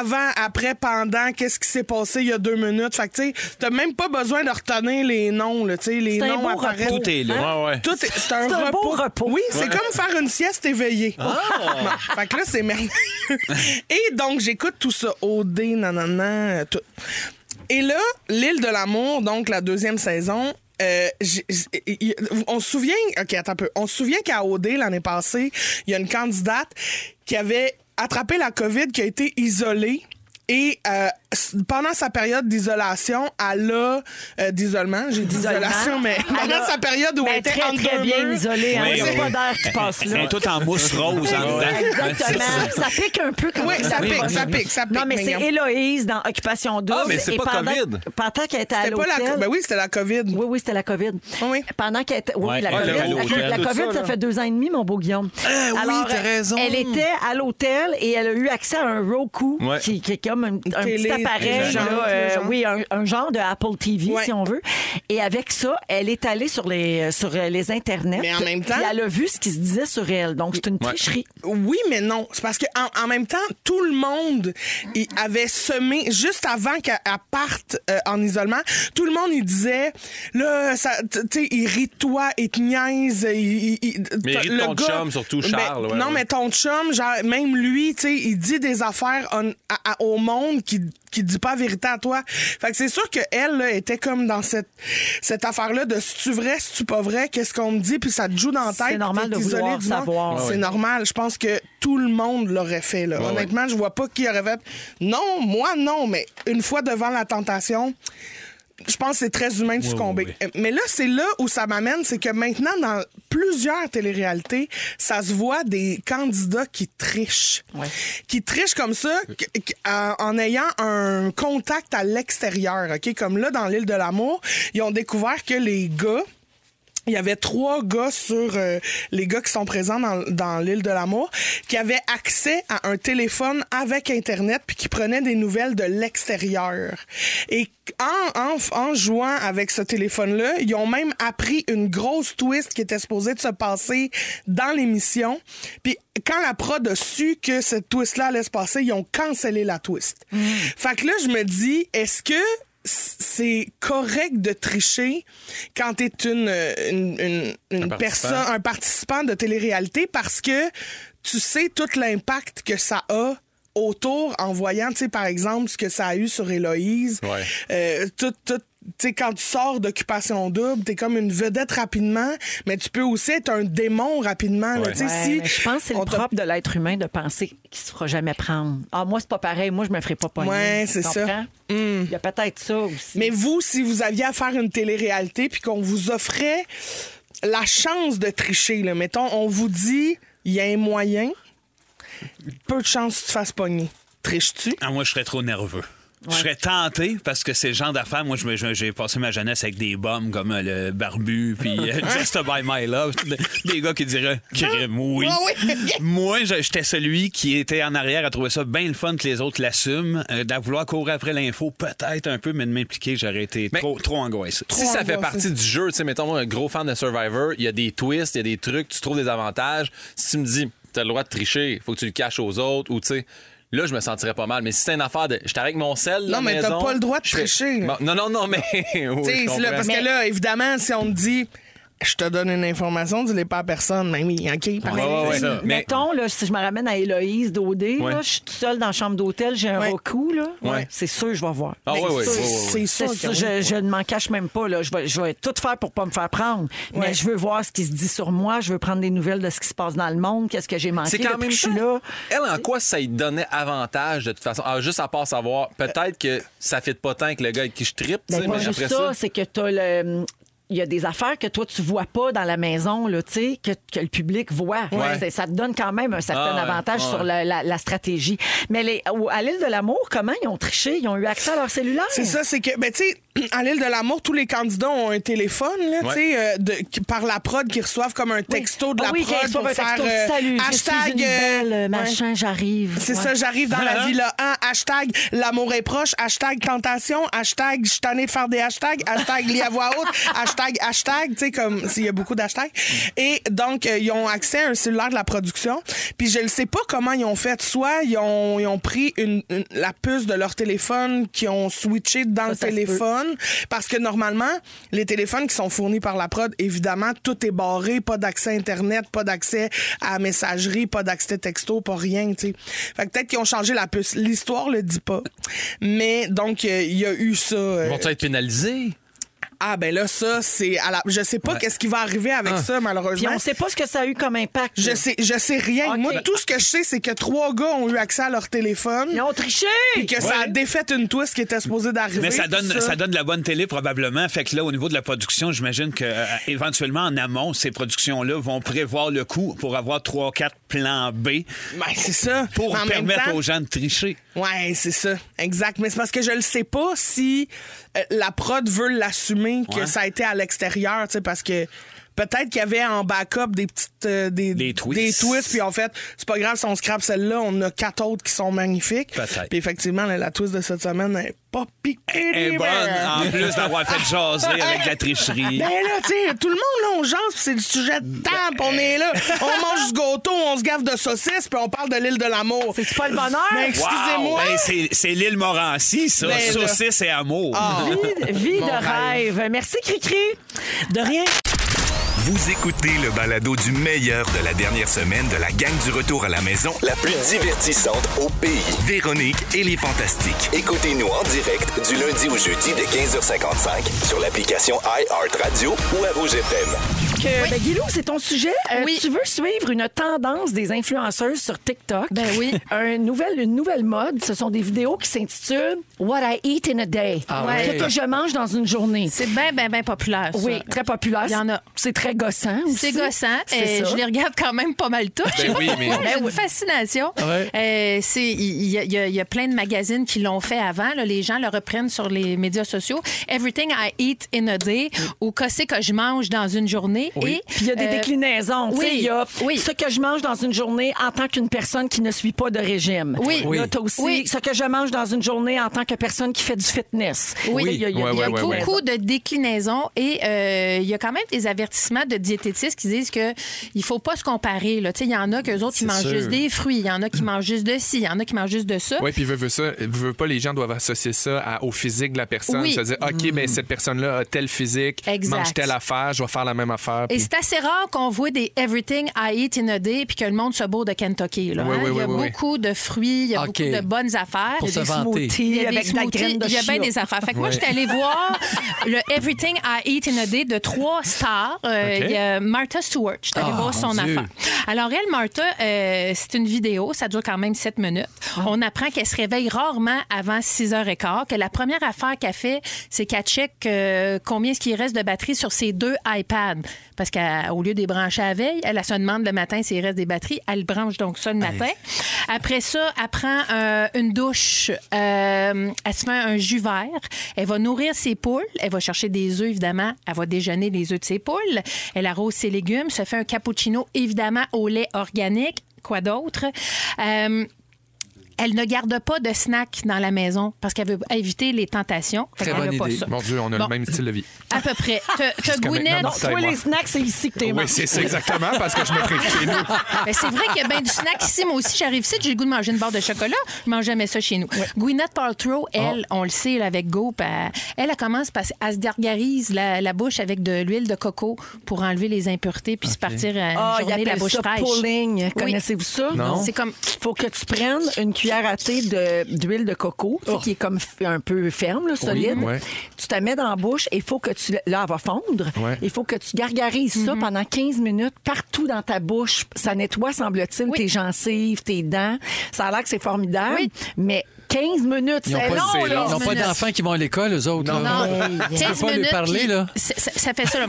avant, après, pendant, qu'est-ce qui s'est passé il y a deux minutes. Fait que, tu sais, t'as même pas besoin de retenir les noms, là. Tu sais, les C'est un noms beau apparaissent. repos. Tout est là. Ouais, ouais. Tout est- c'est un, C'est un beau repos. Oui, c'est comme faire une sieste éveillée. Ah! Bon, fait que là, c'est merveilleux. Et donc, j'écoute tout ça. OD, nanana, euh, tout. Et là, L'île de l'amour, donc la deuxième saison, euh, j- j- y- y- on se souvient, OK, attends un peu. On se souvient qu'à OD, l'année passée, il y a une candidate qui avait attrapé la COVID, qui a été isolée. Et euh, s- pendant sa période d'isolation, elle a euh, d'isolement, j'ai dit isolation, mais Elle pendant a- sa période où Ben, elle était très, entre très deux bien murs, isolée. hein. Oui, Il n'y a oui. pas d'air qui passe Elle là. est tout en mousse rose en dedans. Exactement. Ben, Ça pique un peu comme Oui, ça Oui, pique, oui, ça oui. pique, ça pique. Non, mais c'est Mignon. Héloïse dans Occupation 12. Ah, mais c'est et pas pendant, COVID. Pendant qu'elle était à C'était pas la. l'hôtel. Ben oui, c'était la COVID. Oui, oui, c'était la COVID. Oui. Pendant qu'elle était. Oui, Ouais. la Ah, COVID. elle était à l'hôtel, La, tout COVID, ça, ça, là. fait deux ans et demi, mon beau Ah, Guillaume. oui, t'as euh, raison. Elle était à l'hôtel et elle a eu accès à un Roku Ouais. qui, qui- qui a comme un, un télé, petit appareil, genre, là, euh, genre. oui, un, un genre de Apple TV, Ouais. si on veut. Et avec ça, elle est allée sur les, sur les internets. Mais en même temps- Puis elle a vu ce qui se disait sur elle. Donc, c'est une tricherie. Oui, mais non. C'est parce que en, en même temps, tout le monde il avait semé juste avant qu'elle elle parte euh, en isolement. Tout le monde il disait là, ça, t- tu sais, il rit de toi, il te niaise, il, il- il- Mais il rit de le ton chum, surtout Ben, Charles, ouais, non, ouais. mais ton chum, genre, même lui, tu sais, il dit des affaires on- à- à- au monde qui qui dit pas la vérité à toi. Fait que c'est sûr que elle là, était comme dans cette cette affaire là de si tu vrai, si tu pas vrai, qu'est-ce qu'on me dit puis ça te joue dans la C'est tête. puis normal t'es de isolé vouloir du monde. savoir. C'est normal. Je pense que tout le monde l'aurait fait. Là. Honnêtement, je vois pas qui aurait fait. Non, moi, non, mais une fois devant la tentation. Je pense que c'est très humain de succomber. Mais là, c'est là où ça m'amène, c'est que maintenant, dans plusieurs téléréalités, ça se voit des candidats qui trichent. Qui trichent comme ça, qu- qu- en- en ayant un contact à l'extérieur. OK? Comme là, dans l'île de l'amour, ils ont découvert que les gars, il y avait trois gars sur euh, les gars qui sont présents dans, dans l'île de l'amour qui avaient accès à un téléphone avec internet puis qui prenaient des nouvelles de l'extérieur et en, en, en jouant avec ce téléphone là ils ont même appris une grosse twist qui était supposée de se passer dans l'émission puis quand la prod a su que cette twist là allait se passer ils ont cancellé la twist fait que là je me dis est-ce que c'est correct de tricher quand t'es une, une, une- une Un participant. personne, un participant de télé-réalité parce que tu sais tout l'impact que ça a autour en voyant, tu sais, par exemple, ce que ça a eu sur Héloïse. Ouais. Euh, tout, tout, tu sais, quand tu sors d'occupation double, t'es comme une vedette rapidement, mais tu peux aussi être un démon rapidement. Hein, là. Ouais. Tu sais, Ouais, si mais je pense que c'est le on t'a- propre de l'être humain de penser qu'il se fera jamais prendre. Ah, moi, c'est pas pareil. Moi, je me ferai pas pogner. Ouais, Tu c'est ça. Mm. comprends? Il y a peut-être ça aussi. Mais vous, si vous aviez à faire une télé-réalité puis qu'on vous offrait la chance de tricher, là, mettons, on vous dit, il y a un moyen, peu de chance que tu te fasses pogner. Triches-tu? Ah, moi, je serais trop nerveux. Je serais tenté parce que c'est le genre d'affaires. Moi, je me- je- j'ai passé ma jeunesse avec des bombes comme euh, le Barbu puis euh, Hein? Just by My Love. Des- Des gars qui diraient crime, oui. Ah oui. Moi, je- j'étais celui qui était en arrière à trouver ça bien le fun que les autres l'assument. Euh, D'à vouloir courir après l'info, peut-être un peu, mais de m'impliquer, j'aurais été Mais- trop, trop angoissé. Si ça fait angoissé. partie du jeu, tu sais, mettons, un gros fan de Survivor, il y a des twists, il y a des trucs, tu trouves des avantages. Si tu me dis, t'as le droit de tricher, faut que tu le caches aux autres, ou tu sais. Là, je me sentirais pas mal. Mais si c'est une affaire de. J'étais avec mon sel. Non, la mais t'as maison, pas le droit de je fais- tricher, là. Bon, Non, non, non, mais. oui, Tu sais, je c'est là, comprends. parce que là, évidemment, si on te dit, je te donne une information, dis-les pas à personne, mais oui, OK, parfait. Ouais, ouais, ouais. Mais- Mettons, là, si je me ramène à Héloïse Daudé, Ouais. là, je suis toute seule dans la chambre d'hôtel, j'ai un Ouais. recou, là. Ouais. C'est sûr, je vais voir. Ben, Ah, ouais, ouais, C'est- ouais, ouais, ouais. C'est C'est ça. sûr, que- je, je ne m'en cache même pas. Là. Je, vais, je vais tout faire pour pas me faire prendre. Mais Ouais. je veux voir ce qui se dit sur moi. Je veux prendre des nouvelles de ce qui se passe dans le monde. Qu'est-ce que j'ai manqué C'est quand depuis même que je suis temps, là. Elle, en quoi ça lui donnait avantage de toute façon? Ah, juste à part savoir, peut-être que ça fit pas tant que le gars avec qui je tripe, tu sais, Ben, pas mais juste après ça, ça. c'est que t'as le. hum, Il y a des affaires que toi, tu vois pas dans la maison, là, tu sais, que, que le public voit. Ouais. C'est- Ça te donne quand même un certain Ah ouais, avantage ah sur ouais. la, la- la stratégie. Mais les, au- à l'île de l'amour, comment ils ont triché? Ils ont eu accès à leur cellulaire? C'est ça, c'est que, ben, tu sais, à l'île de l'amour, tous les candidats ont un téléphone, là, tu Ouais. sais, euh, de- qui- par la prod, qui reçoivent comme un texto de Ah la oui, prod qu'ils pour reçoivent un faire texto, euh, Salut, je hashtag. suis euh, une belle, ouais. machin, j'arrive. C'est Ouais. ça, j'arrive dans Hein? la ville 1, hashtag l'amour est proche, hashtag tentation, hashtag je suis tannée de faire des hashtags, hashtag lis à voix haute, hashtag hashtag, tu sais, comme s'il y a beaucoup d'hashtags. Et donc, euh, ils ont accès à un cellulaire de la production. Puis je ne sais pas comment ils ont fait. Soit ils ont, ils ont pris une, une- la puce de leur téléphone, qui ont switché dans le ça se téléphone, parce que normalement, les téléphones qui sont fournis par la prod, évidemment, tout est barré, pas d'accès Internet, pas d'accès à la messagerie, pas d'accès texto, pas rien, tu sais. Fait que peut-être qu'ils ont changé la puce. L'histoire le dit pas. Mais donc, euh, il y a eu ça. euh, Vont-tu être pénalisés? ah, ben là, ça, c'est à la. Je sais pas qu'est-ce qui va arriver avec Ah. ça, Puis malheureusement. on sait pas ce que ça a eu comme impact. Je sais, je sais rien. Ok. Moi, tout ce que je sais, c'est que trois gars ont eu accès à leur téléphone. Ils ont triché! Puis que ça a défait une twist qui était supposée d'arriver. Mais ça donne, tout ça. donne de la bonne télé probablement. Fait que là, au niveau de la production, j'imagine que euh, éventuellement en amont, ces productions-là vont prévoir le coup pour avoir trois, quatre plans B Ben, c'est ça. pour Mais en même permettre temps- aux gens de tricher. Ouais, c'est ça. Exact. Mais c'est parce que je le sais pas si euh, la prod veut l'assumer que Ouais. ça a été à l'extérieur, tu sais, parce que peut-être qu'il y avait en backup des petites euh, des, Des twists. des twists puis en fait, c'est pas grave si on scrape celle-là, on a quatre autres qui sont magnifiques. Peut-être. Puis effectivement, la, la twist de cette semaine elle est pas piquée Elle des est Eh, bonne, verres. en plus d'avoir fait jaser avec de la tricherie. euh, Ben là, tu sais, tout le monde, là, on jase, puis c'est le sujet de temps, puis on est là. On mange du gâteau, on se gave de saucisses, puis on parle de l'île de l'amour. C'est pas le bonheur? Mais Wow! excusez-moi. Ben, c'est- c'est l'île Morancy, ça. Ben, là. Saucisse et amour. Ah. Vie, vie de rêve. Merci, Cricri. De rien. Vous écoutez le balado du meilleur de la dernière semaine de la gang du retour à la maison, la plus divertissante au pays. Véronique et les Fantastiques. Écoutez-nous en direct du lundi au jeudi dès 15h55 sur l'application iHeartRadio ou à Rouge FM. Que, ben, Guilou, c'est ton sujet. Euh, Oui. Tu veux suivre une tendance des influenceuses sur TikTok. Ben oui. Un nouvel, une nouvelle mode, ce sont des vidéos qui s'intitulent What I Eat in a Day. Ah ouais. Ce que je mange dans une journée. C'est bien, bien, bien populaire. ça. Oui, très populaire. Il y en a. C'est très gossant aussi. C'est gossant. C'est et ça. je les regarde quand même pas mal tous. Ben oui, mais- Ouais, j'ai une fascination. Euh, c'est- Il y, a- il y a- il y a plein de magazines qui l'ont fait avant. là. Les gens le reprennent sur les médias sociaux. Everything I eat in a day ou qu'est-ce que je mange dans une journée. Et Puis il y a des euh, déclinaisons. tu sais, oui, il y a oui. ce que je mange dans une journée en tant qu'une personne qui ne suit pas de régime. Oui. Oui. Là, t'as aussi Oui. ce que je mange dans une journée en tant que personne qui fait du fitness. Oui. Tu sais, il y a- il y a- Ouais, il y a ouais, ouais, beaucoup- ouais. beaucoup de déclinaisons et euh, il y a quand même des avertissements de diététistes qui disent que il faut pas se comparer. là. Tu sais, Il y en a qu'eux autres qui mangent juste des fruits, il y en a qui mangent juste de ci, il y en a qui mangent juste de ça. Oui, puis veut, veut ça, veut, veut pas, les gens doivent associer ça à- au physique de la personne. Oui. C'est-à-dire, OK, Mm. ben, cette personne-là a tel physique, Exact. mange telle affaire, je vais faire la même affaire. Et puis- c'est assez rare qu'on voit des everything I eat in a day puis que le monde se bourre de Kentucky. là, Oui, hein. oui, il y a oui, oui, oui. beaucoup de fruits, il y a OK. beaucoup de bonnes affaires. Pour Il y a se des vanter. smoothies Il y a des avec de la smoothies, graine de il y a bien chia. des affaires. Fait que moi, j'étais allée voir le Everything I Eat in a Day de trois stars. Euh, OK. Il y a Martha Stewart. J'étais allée Ah, voir son mon Dieu. affaire. Alors, elle, Martha, euh, c'est une vidéo. Ça dure quand même sept minutes. On apprend qu'elle se réveille rarement avant 6h15, que la première affaire qu'elle fait, c'est qu'elle check euh, combien est-ce qu'il reste de batterie sur ses deux iPads. Parce qu'au lieu des brancher à veille, elle, elle se demande le matin s'il reste des batteries. Elle branche donc ça le matin. Après ça, elle prend euh, une douche. Euh, elle se met un jus vert. Elle va nourrir ses poules. Elle va chercher des œufs, évidemment. Elle va déjeuner les œufs de ses poules. Elle arrose ses légumes. Se fait un cappuccino, évidemment, au lait organique. Quoi d'autre? Euh, elle ne garde pas de snack dans la maison parce qu'elle veut éviter les tentations. Fait Très qu'elle bonne a pas idée. ça. Mon Dieu, on a Bon. le même style de vie. À peu près. Te, te Jusqu'à gounette, maintenant, non. Toi, les snacks, c'est ici que t'es Oui, c'est ça exactement, parce que je me ferai chez nous. Ben, c'est vrai qu'il y a bien du snack ici. Moi aussi, j'arrive ici, j'ai le goût de manger une barre de chocolat. Je mange jamais ça chez nous. Gwyneth Paltrow, Ah. elle, on le sait, là, avec Go, puis elle, elle, elle commence par elle se gargarise la, la bouche avec de l'huile de coco pour enlever les impuretés puis se partir à une Ah, il journée la appelle bouche ça fraîche. pulling. Connaissez-vous ça? Non. C'est comme faut que tu prennes une cuillère à thé de- d'huile de coco, Oh. tu sais, qui est comme f- un peu ferme, là, solide. ouais. Tu te mets dans la bouche et il faut que tu. Là, elle va fondre. Il Ouais. faut que tu gargarises ça Mm-hmm. pendant 15 minutes partout dans ta bouche. Ça nettoie, semble-t-il, Oui. tes gencives, tes dents. Ça a l'air que c'est formidable, Oui. mais 15 minutes, Ils ont c'est pas- long, c'est là. Ils n'ont pas minutes. d'enfants qui vont à l'école, eux autres. là. Tu peux 15 pas lui minutes, parler, puis là. Ça, ça- ça fait ça, là.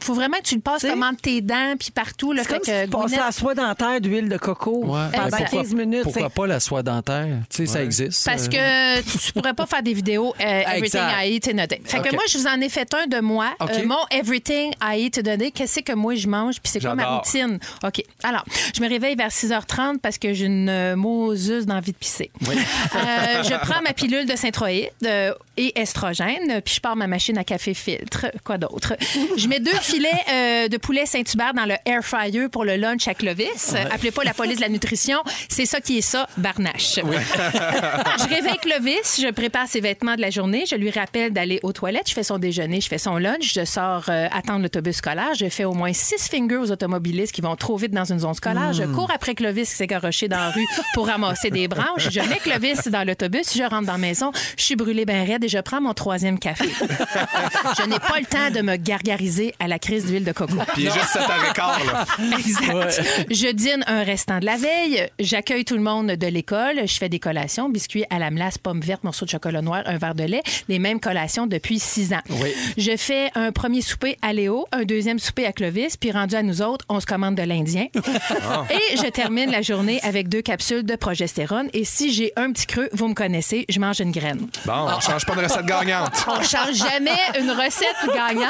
Faut vraiment que tu le passes Tu sais? comme entre tes dents, puis partout. Là, C'est fait que comme si tu passais Gwyneth- la soie dentaire d'huile de coco Ouais. Ben, pendant pourquoi- 15 minutes. Pourquoi pas la soie dentaire? Tu sais, ça existe. Parce Euh, que tu tu pourrais pas faire des vidéos euh, Everything Exact. I Eat in a Day. Fait OK. que moi, je vous en ai fait un de moi. OK. Euh, mon Everything I Eat in a Day, qu'est-ce que moi je mange, puis c'est quoi ma J'adore. routine? OK. Alors, je me réveille vers 6h30 parce que j'ai une euh, moseuse d'envie de pisser. Euh, je prends ma pilule de synthroïde euh, et estrogène, euh, puis je pars ma machine à café filtre. Quoi d'autre? Je mets deux filets euh, de poulet Saint-Hubert dans le air fryer pour le lunch à Clovis. Euh, Appelez pas la police de la nutrition. C'est ça qui est ça, Barnache. je réveille Clovis, je prépare ses vêtements de la journée, je lui rappelle d'aller aux toilettes, je fais son déjeuner, je fais son lunch, je sors euh, attendre l'autobus scolaire, je fais au moins six fingers aux automobilistes qui vont trop vite dans une zone scolaire, je Hmm. cours après Clovis qui s'est garoché dans la rue pour ramasser des branches, je mets Clovis dans l'autobus, je rentre dans la maison, je suis brûlée ben raide et je prends mon troisième café. je n'ai pas le temps de me gargariser à la crise d'huile de coco. Puis il est juste 7 h 15 là. Exact. Je dîne un restant de la veille. J'accueille tout le monde de l'école. Je fais des collations, biscuits à la melasse, pommes vertes, morceaux de chocolat noir, un verre de lait. Les mêmes collations depuis six ans. Je fais un premier souper à Léo, un deuxième souper à Clovis, puis rendu à nous autres, on se commande de l'Indien. Et je termine la journée avec deux capsules de progestérone. Et si j'ai un un petit creux, vous me connaissez, je mange une graine. Bon, on change pas de recette gagnante. On change jamais une recette gagnante.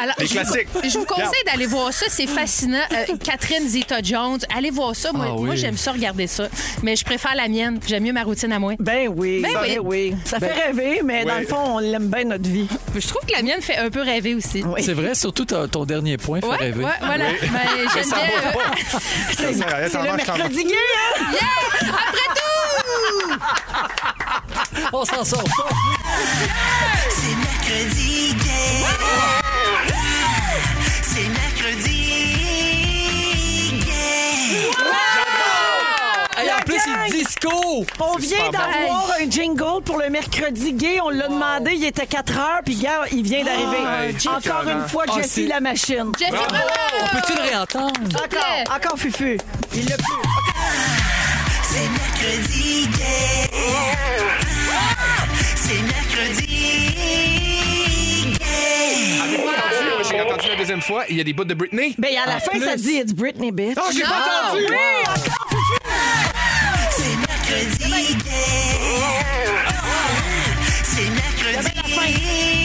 Alors, Les je vous- classiques. Je vous conseille d'aller voir ça, c'est fascinant. Euh, Catherine Zeta-Jones, allez voir ça. Moi, Ah moi, oui. j'aime ça regarder ça, mais je préfère la mienne. J'aime mieux ma routine à moi. Ben oui, Ben oui. ben oui. Ça fait Ben- rêver, mais dans Oui. le fond, on l'aime bien notre vie. Je trouve que la mienne fait un peu rêver aussi. C'est vrai, surtout ton, ton dernier point fait Ouais, rêver. ouais, voilà. Oui. Ben, j'aime Ça bien, va euh, pas. C'est Ça, ça, ça le marche, ça marche. mercredi gay, hein? Yeah! Après tout! On s'en sort pas. C'est mercredi gay. C'est mercredi gay. Et en plus, c'est disco! On vient d'avoir un jingle pour le mercredi gay. On l'a demandé, il était 4 heures, puis gars, il vient Ah, d'arriver. Jesse. Encore une fois, Ah, Jessie c'est- la machine. Jessie, Bravo! bravo! On peut-tu le réentendre? Encore, encore Fufu. Il l'a plus. C'est mercredi gay. C'est mercredi Ah, gay. Moi, J'ai entendu la deuxième fois, il y a des bouts de Britney. Ben, à la fin, ça dit It's Britney, bitch. Ah, j'ai pas Ah, entendu! oui! C'est mercredi gay. C'est mercredi gay.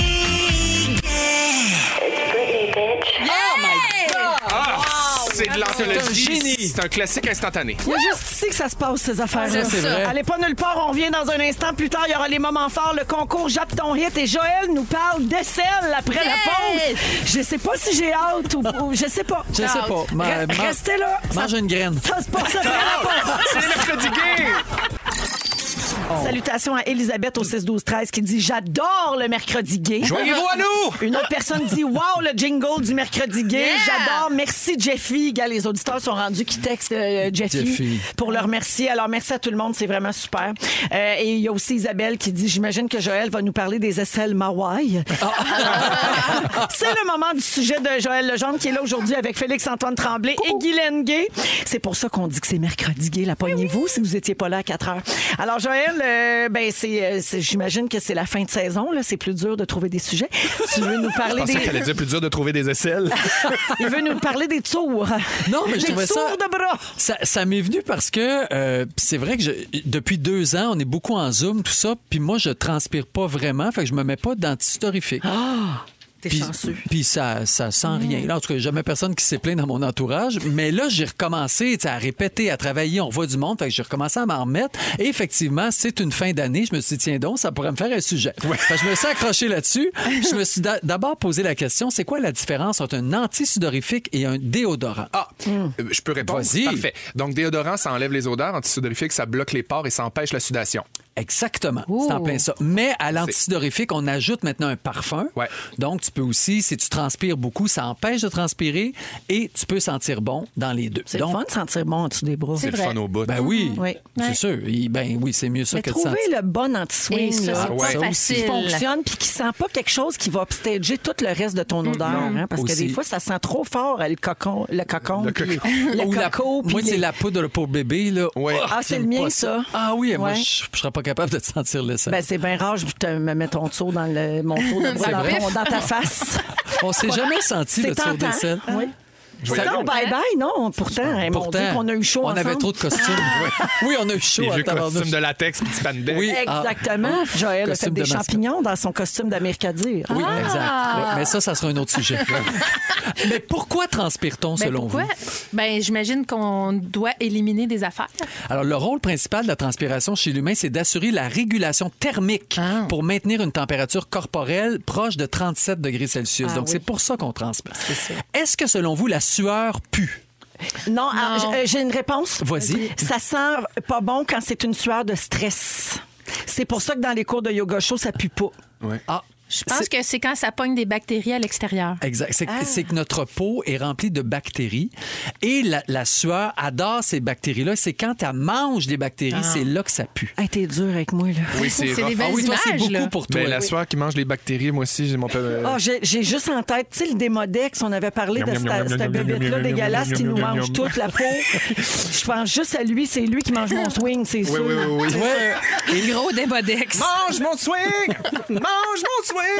Oh my God! Ah, c'est C'est de un l'anthologie. génie. C'est un classique instantané. Il y a juste ici que ça se passe, ces affaires-là. Ça, c'est vrai. Allez pas nulle part, on revient dans un instant. Plus tard, il y aura les moments forts, le concours Jappe ton hit et Joël nous parle d'aisselle après la pause. Je sais pas si j'ai hâte ou, ou- je sais pas. Je sais pas. Ma- Re- ma- restez là. Mange une graine. Ça se passe après la pause. Salutations à Elisabeth au 6-12-13 qui dit J'adore le mercredi gay. Joignez-vous à nous! Une autre personne dit Wow, le jingle du mercredi gay. Yeah! J'adore. Merci, Jeffy. Gars, les auditeurs sont rendus qui textent euh, Jeffy, Jeffy. pour le remercier. Alors, merci à tout le monde. C'est vraiment super. Euh, et il y a aussi Isabelle qui dit J'imagine que Joël va nous parler des aisselles Mawai. Ah. C'est le moment du sujet de Joël Legendre qui est là aujourd'hui avec Félix-Antoine Tremblay et Guylaine Gay. C'est pour ça qu'on dit que c'est mercredi gay. La pognez-vous si vous étiez pas là à 4 heures. Alors, Joël, euh, ben, c'est, euh, c'est- j'imagine que c'est la fin de saison. Là. C'est plus dur de trouver des sujets. Tu veux nous Je parler pensais qu'elle allait des... dire plus dur de trouver des aisselles. Il veut nous parler des tours. Non, mais je des trouvais ça. tours de bras. Ça, ça m'est venu parce que euh, pis c'est vrai que je- depuis deux ans, on est beaucoup en Zoom, tout ça. Puis moi, je transpire pas vraiment, fait que je me mets pas d'antistorifique. Ah! T'es chanceux. Mm. Puis ça, ça sent rien. Là, en tout cas, jamais personne qui s'est plaint dans mon entourage. Mais là, j'ai recommencé tu sais, à répéter, à travailler. On voit du monde. Fait que j'ai recommencé à m'en remettre. Et effectivement, c'est une fin d'année. Je me suis dit, tiens donc, ça pourrait me faire un sujet. Fait que je me suis accroché là-dessus. Puis Je me suis d'a- d'abord posé la question, c'est quoi la différence entre un antisudorifique et un déodorant? Ah, Euh, Je peux répondre. Vas-y. Parfait. Donc, déodorant, ça enlève les odeurs. Antisudorifique, ça bloque les pores et ça empêche la sudation. Exactement. C'est en plein ça. Mais à l'antidorifique, on ajoute maintenant un parfum. Donc, tu peux aussi, si tu transpires beaucoup, ça empêche de transpirer et tu peux sentir bon dans les deux. C'est le fun de sentir bon en dessous des bras. C'est le fun au bout. Ben oui. Oui. C'est sûr. Il- Ben oui, c'est mieux ça Mais que de trouver sentir. le bon anti-swing Et ça, là, c'est Ah ouais. pas qui facile. fonctionne puis qui sent pas quelque chose qui va upstager tout le reste de ton odeur. non. hein, parce que Aussi. des fois, ça sent trop fort euh, le cocon. Le cocon. puis- Ou le la- coco, puis moi, c'est les- la poudre pour bébé. Là. Ah, c'est j'aime le mien, pas ça. Ah oui, moi, Ouais. je je serais pas capable de te sentir le sang. Ben, c'est bien rare, je te me mets ton tour dans le, mon tour de bras C'est dans, vrai. ton- dans ta face. On s'est jamais senti C'est le tour tentant. des selles. Oui. Je C'est voyais non, donc. bye bye, non. Pourtant, hein, mon Dieu, qu'on a eu chaud. on avait ensemble. trop de costumes. oui, on a eu chaud. Les à vieux tabarnouche. costumes de latex, petit spandex. Oui. Ah. Exactement. Ah. Joël a fait Costume des de mascotte. champignons dans son costume d'Américadir. Oui, exact. Ah. Ouais, Mais ça, ça sera un autre sujet. Mais pourquoi transpire-t-on Ben, selon pourquoi? vous? Ben, j'imagine qu'on doit éliminer des affaires. Alors, le rôle principal de la transpiration chez l'humain, c'est d'assurer la régulation thermique pour maintenir une température corporelle proche de 37 degrés Celsius. Ah Donc, oui. c'est pour ça qu'on transpire. Est-ce que, selon vous, la sueur pue? Non, ah, j'- euh, j'ai une réponse. Vas-y. Ça sent pas bon quand c'est une sueur de stress. C'est pour ça que dans les cours de yoga chaud, ça pue pas. Ah, Je pense que c'est quand ça pogne des bactéries à l'extérieur. Exact. C'est que- Ah. c'est que notre peau est remplie de bactéries et la, la sueur adore ces bactéries-là. C'est quand elle mange des bactéries, Ah. c'est là que ça pue. Hey, t'es dur avec moi, là. Oui, c'est rough. Ah oui, toi, c'est beaucoup pour toi. Ben, la soie qui mange les bactéries, moi aussi, j'ai mon peu. Ah, j'ai j'ai juste en tête, tu sais, le démodex, on avait parlé de Miam, miam, miam, cette cette miam, miam, bébête-là miam, miam, dégueulasse miam, qui nous miam, miam, mange miam. toute la peau. Je pense juste à lui, c'est lui qui mange mon swing, c'est sûr. oui, oui, oui. C'est Ouais. sûr. Gros démodex. Mange mon swing! Mange mon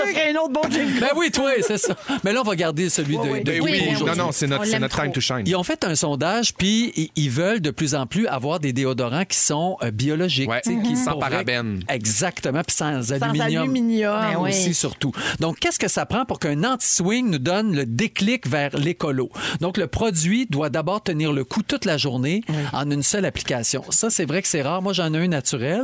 Ça serait un autre bon jingle. Ben oui, toi, c'est ça. Mais là, on va garder celui de, oui. de Ben Guy oui, pour non, aujourd'hui. non, c'est notre- On c'est l'aime notre time trop. to shine. Ils ont fait un sondage, puis i- ils veulent de plus en plus avoir des déodorants qui sont euh, biologiques. tu sais, qui Mhm. Sans pour vrai- parabènes. Exactement, puis sans, aluminium. aluminium. Ben oui. aussi, surtout. Donc, qu'est-ce que ça prend pour qu'un anti-swing nous donne le déclic vers l'écolo? Donc, le produit doit d'abord tenir le coup toute la journée en une seule application. Ça, c'est vrai que c'est rare. Moi, j'en ai un naturel.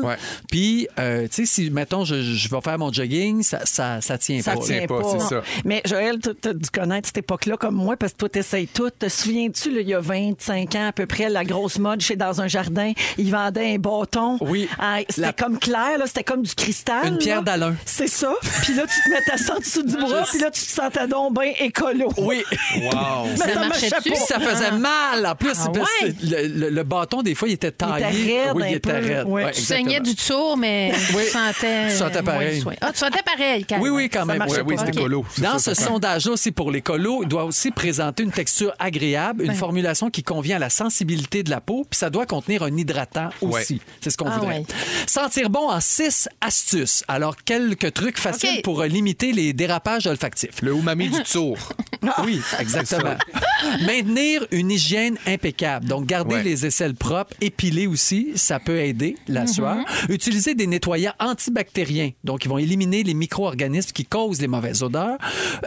Puis, euh, tu sais, si, mettons, je, je vais faire mon jogging, ça, ça, ça tient Ça pas. tient pas, Non. Mais Joël, tu as dû connaître cette époque-là comme moi parce que toi, t'essayes tout. Te souviens-tu, là, il y a 25 ans à peu près, la grosse mode chez Dans un jardin, ils vendaient un bâton. Oui. c'était comme clair, là, c'était comme du cristal. Une pierre là. d'Alain. C'est ça. Puis là, tu te mettais ça en dessous du bras, puis là, tu te sentais donc bien écolo. Oui. Wow. Mais Ça, ça marchait marchait pas. ça faisait mal. En plus, Ah parce que ouais? le, le- le bâton, des fois, il était taillé. raide oui, un Ah, il était peu. raide. Ouais, tu exactement. saignais du tour, mais Oui. tu sentais. Tu sentais euh, moins pareil. le soin. Ah, tu sentais pareil, quand Oui, oui, Ça quand même. marchait pas. OK. Dans ce sondage-là aussi pour les colos, il doit aussi présenter une texture agréable, une Ouais. formulation qui convient à la sensibilité de la peau, puis ça doit contenir un hydratant aussi. Ouais. C'est ce qu'on Ah voudrait. ouais. Sentir bon en six astuces. Alors, quelques trucs faciles OK. pour euh, limiter les dérapages olfactifs. Le umami du tour. Oui, exactement. Maintenir une hygiène impeccable. Donc, garder Ouais. les aisselles propres, épiler aussi, ça peut aider la Mhm. sueur. Mm-hmm. Utiliser des nettoyants antibactériens. Donc, ils vont éliminer les micro-organismes qui causent les mauvaises odeurs.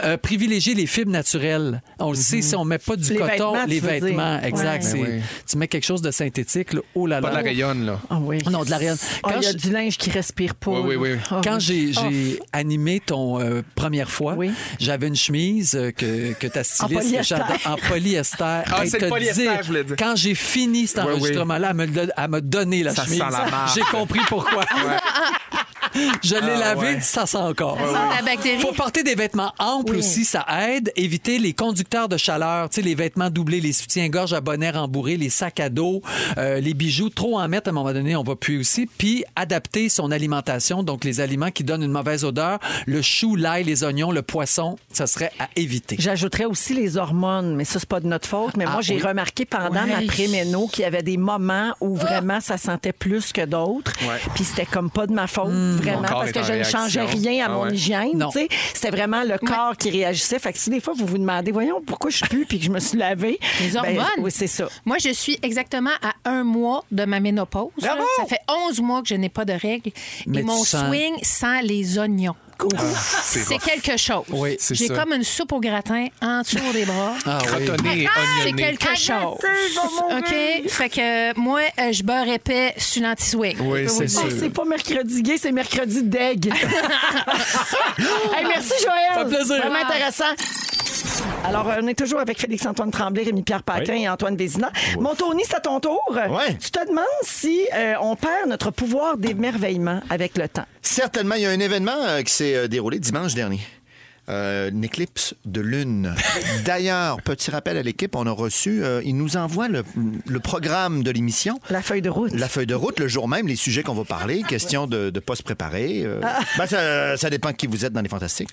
Euh, privilégier les fibres naturelles. On le sait, si on met pas du Mm-hmm. Les coton, vêtements, tu les veux dire. vêtements, Ouais. exact. Ben c'est- oui. Tu mets quelque chose de synthétique, là, oh là là. Pas de la rayonne, là. Ah oui. Non, de la rayonne. Ah, Quand il y a je- du linge qui respire pas. oui, oui, là. oui. Ah, Quand oui. j'ai Ah. j'ai animé ton euh, première fois, j'avais une chemise euh, que, que ta styliste que polyester. j'adore- en polyester. Ah, Elle c'est le te polyester, dit, je voulais dire. Quand j'ai fini cet Oui, oui. enregistrement-là, elle me le- elle m'a donné la Ça chemise. sent la marque. j'ai compris pourquoi. Je l'ai Ah, lavé, ouais. ça sent encore. Ça sent la bactérie. Faut porter des vêtements amples Oui. aussi, ça aide. Éviter les conducteurs de chaleur, tu sais, les vêtements doublés, les soutiens-gorge à bonnet rembourré, les sacs à dos, euh, les bijoux. Trop en mettre à un moment donné, on va puer aussi. Puis adapter son alimentation, donc les aliments qui donnent une mauvaise odeur, le chou, l'ail, les oignons, le poisson, ça serait à éviter. J'ajouterais aussi les hormones, mais ça, c'est pas de notre faute. Mais Ah, moi, j'ai oui. remarqué pendant Oui. ma pré-méno qu'il y avait des moments Ah. où vraiment ça sentait plus que d'autres. Puis c'était comme pas de ma faute, Hmm. vraiment, Mon corps parce que est en je ne réaction. changeais rien à Ah mon ouais. hygiène. Non. tu sais. C'était vraiment le corps qui réagissait. Fait que si des fois, vous vous demandez, voyons, pourquoi je pue puis que je me suis lavée. Les ben, hormones. oui, c'est ça. Moi, je suis exactement à un mois de ma ménopause. Bravo! Ça fait 11 mois que je n'ai pas de règles. Mais et tu mon sens- swing sent les oignons. c'est C'est rough. quelque chose. Ah, Oui, c'est J'ai ça. comme une soupe au gratin en dessous des bras. Ah oui. Crottonnée et C'est oignonnée. quelque Arrêtez, chose. je vais mourir. OK? Fait que euh, moi, euh, je beurre épais sur l'anti-swing. Je Oui, peux vous le c'est dire. sûr. C'est pas mercredi gay, c'est mercredi deg. Hey, merci, Joël. Ça fait plaisir. Vraiment intéressant. Alors, euh, on est toujours avec Félix-Antoine Tremblay, Rémi-Pierre Paquin et Antoine Vézina. Mon Tony, c'est à ton tour. Tu te demandes si euh, on perd notre pouvoir d'émerveillement avec le temps. Certainement, il y a un événement euh, qui s'est euh, déroulé dimanche dernier. Euh, une éclipse de lune. D'ailleurs, petit rappel à l'équipe, on a reçu, euh, ils nous envoient le, le programme de l'émission. La feuille de route. La feuille de route, le jour même, les sujets qu'on va parler, question de ne pas se préparer. euh, Ah. ben, ça, ça dépend qui vous êtes dans les fantastiques.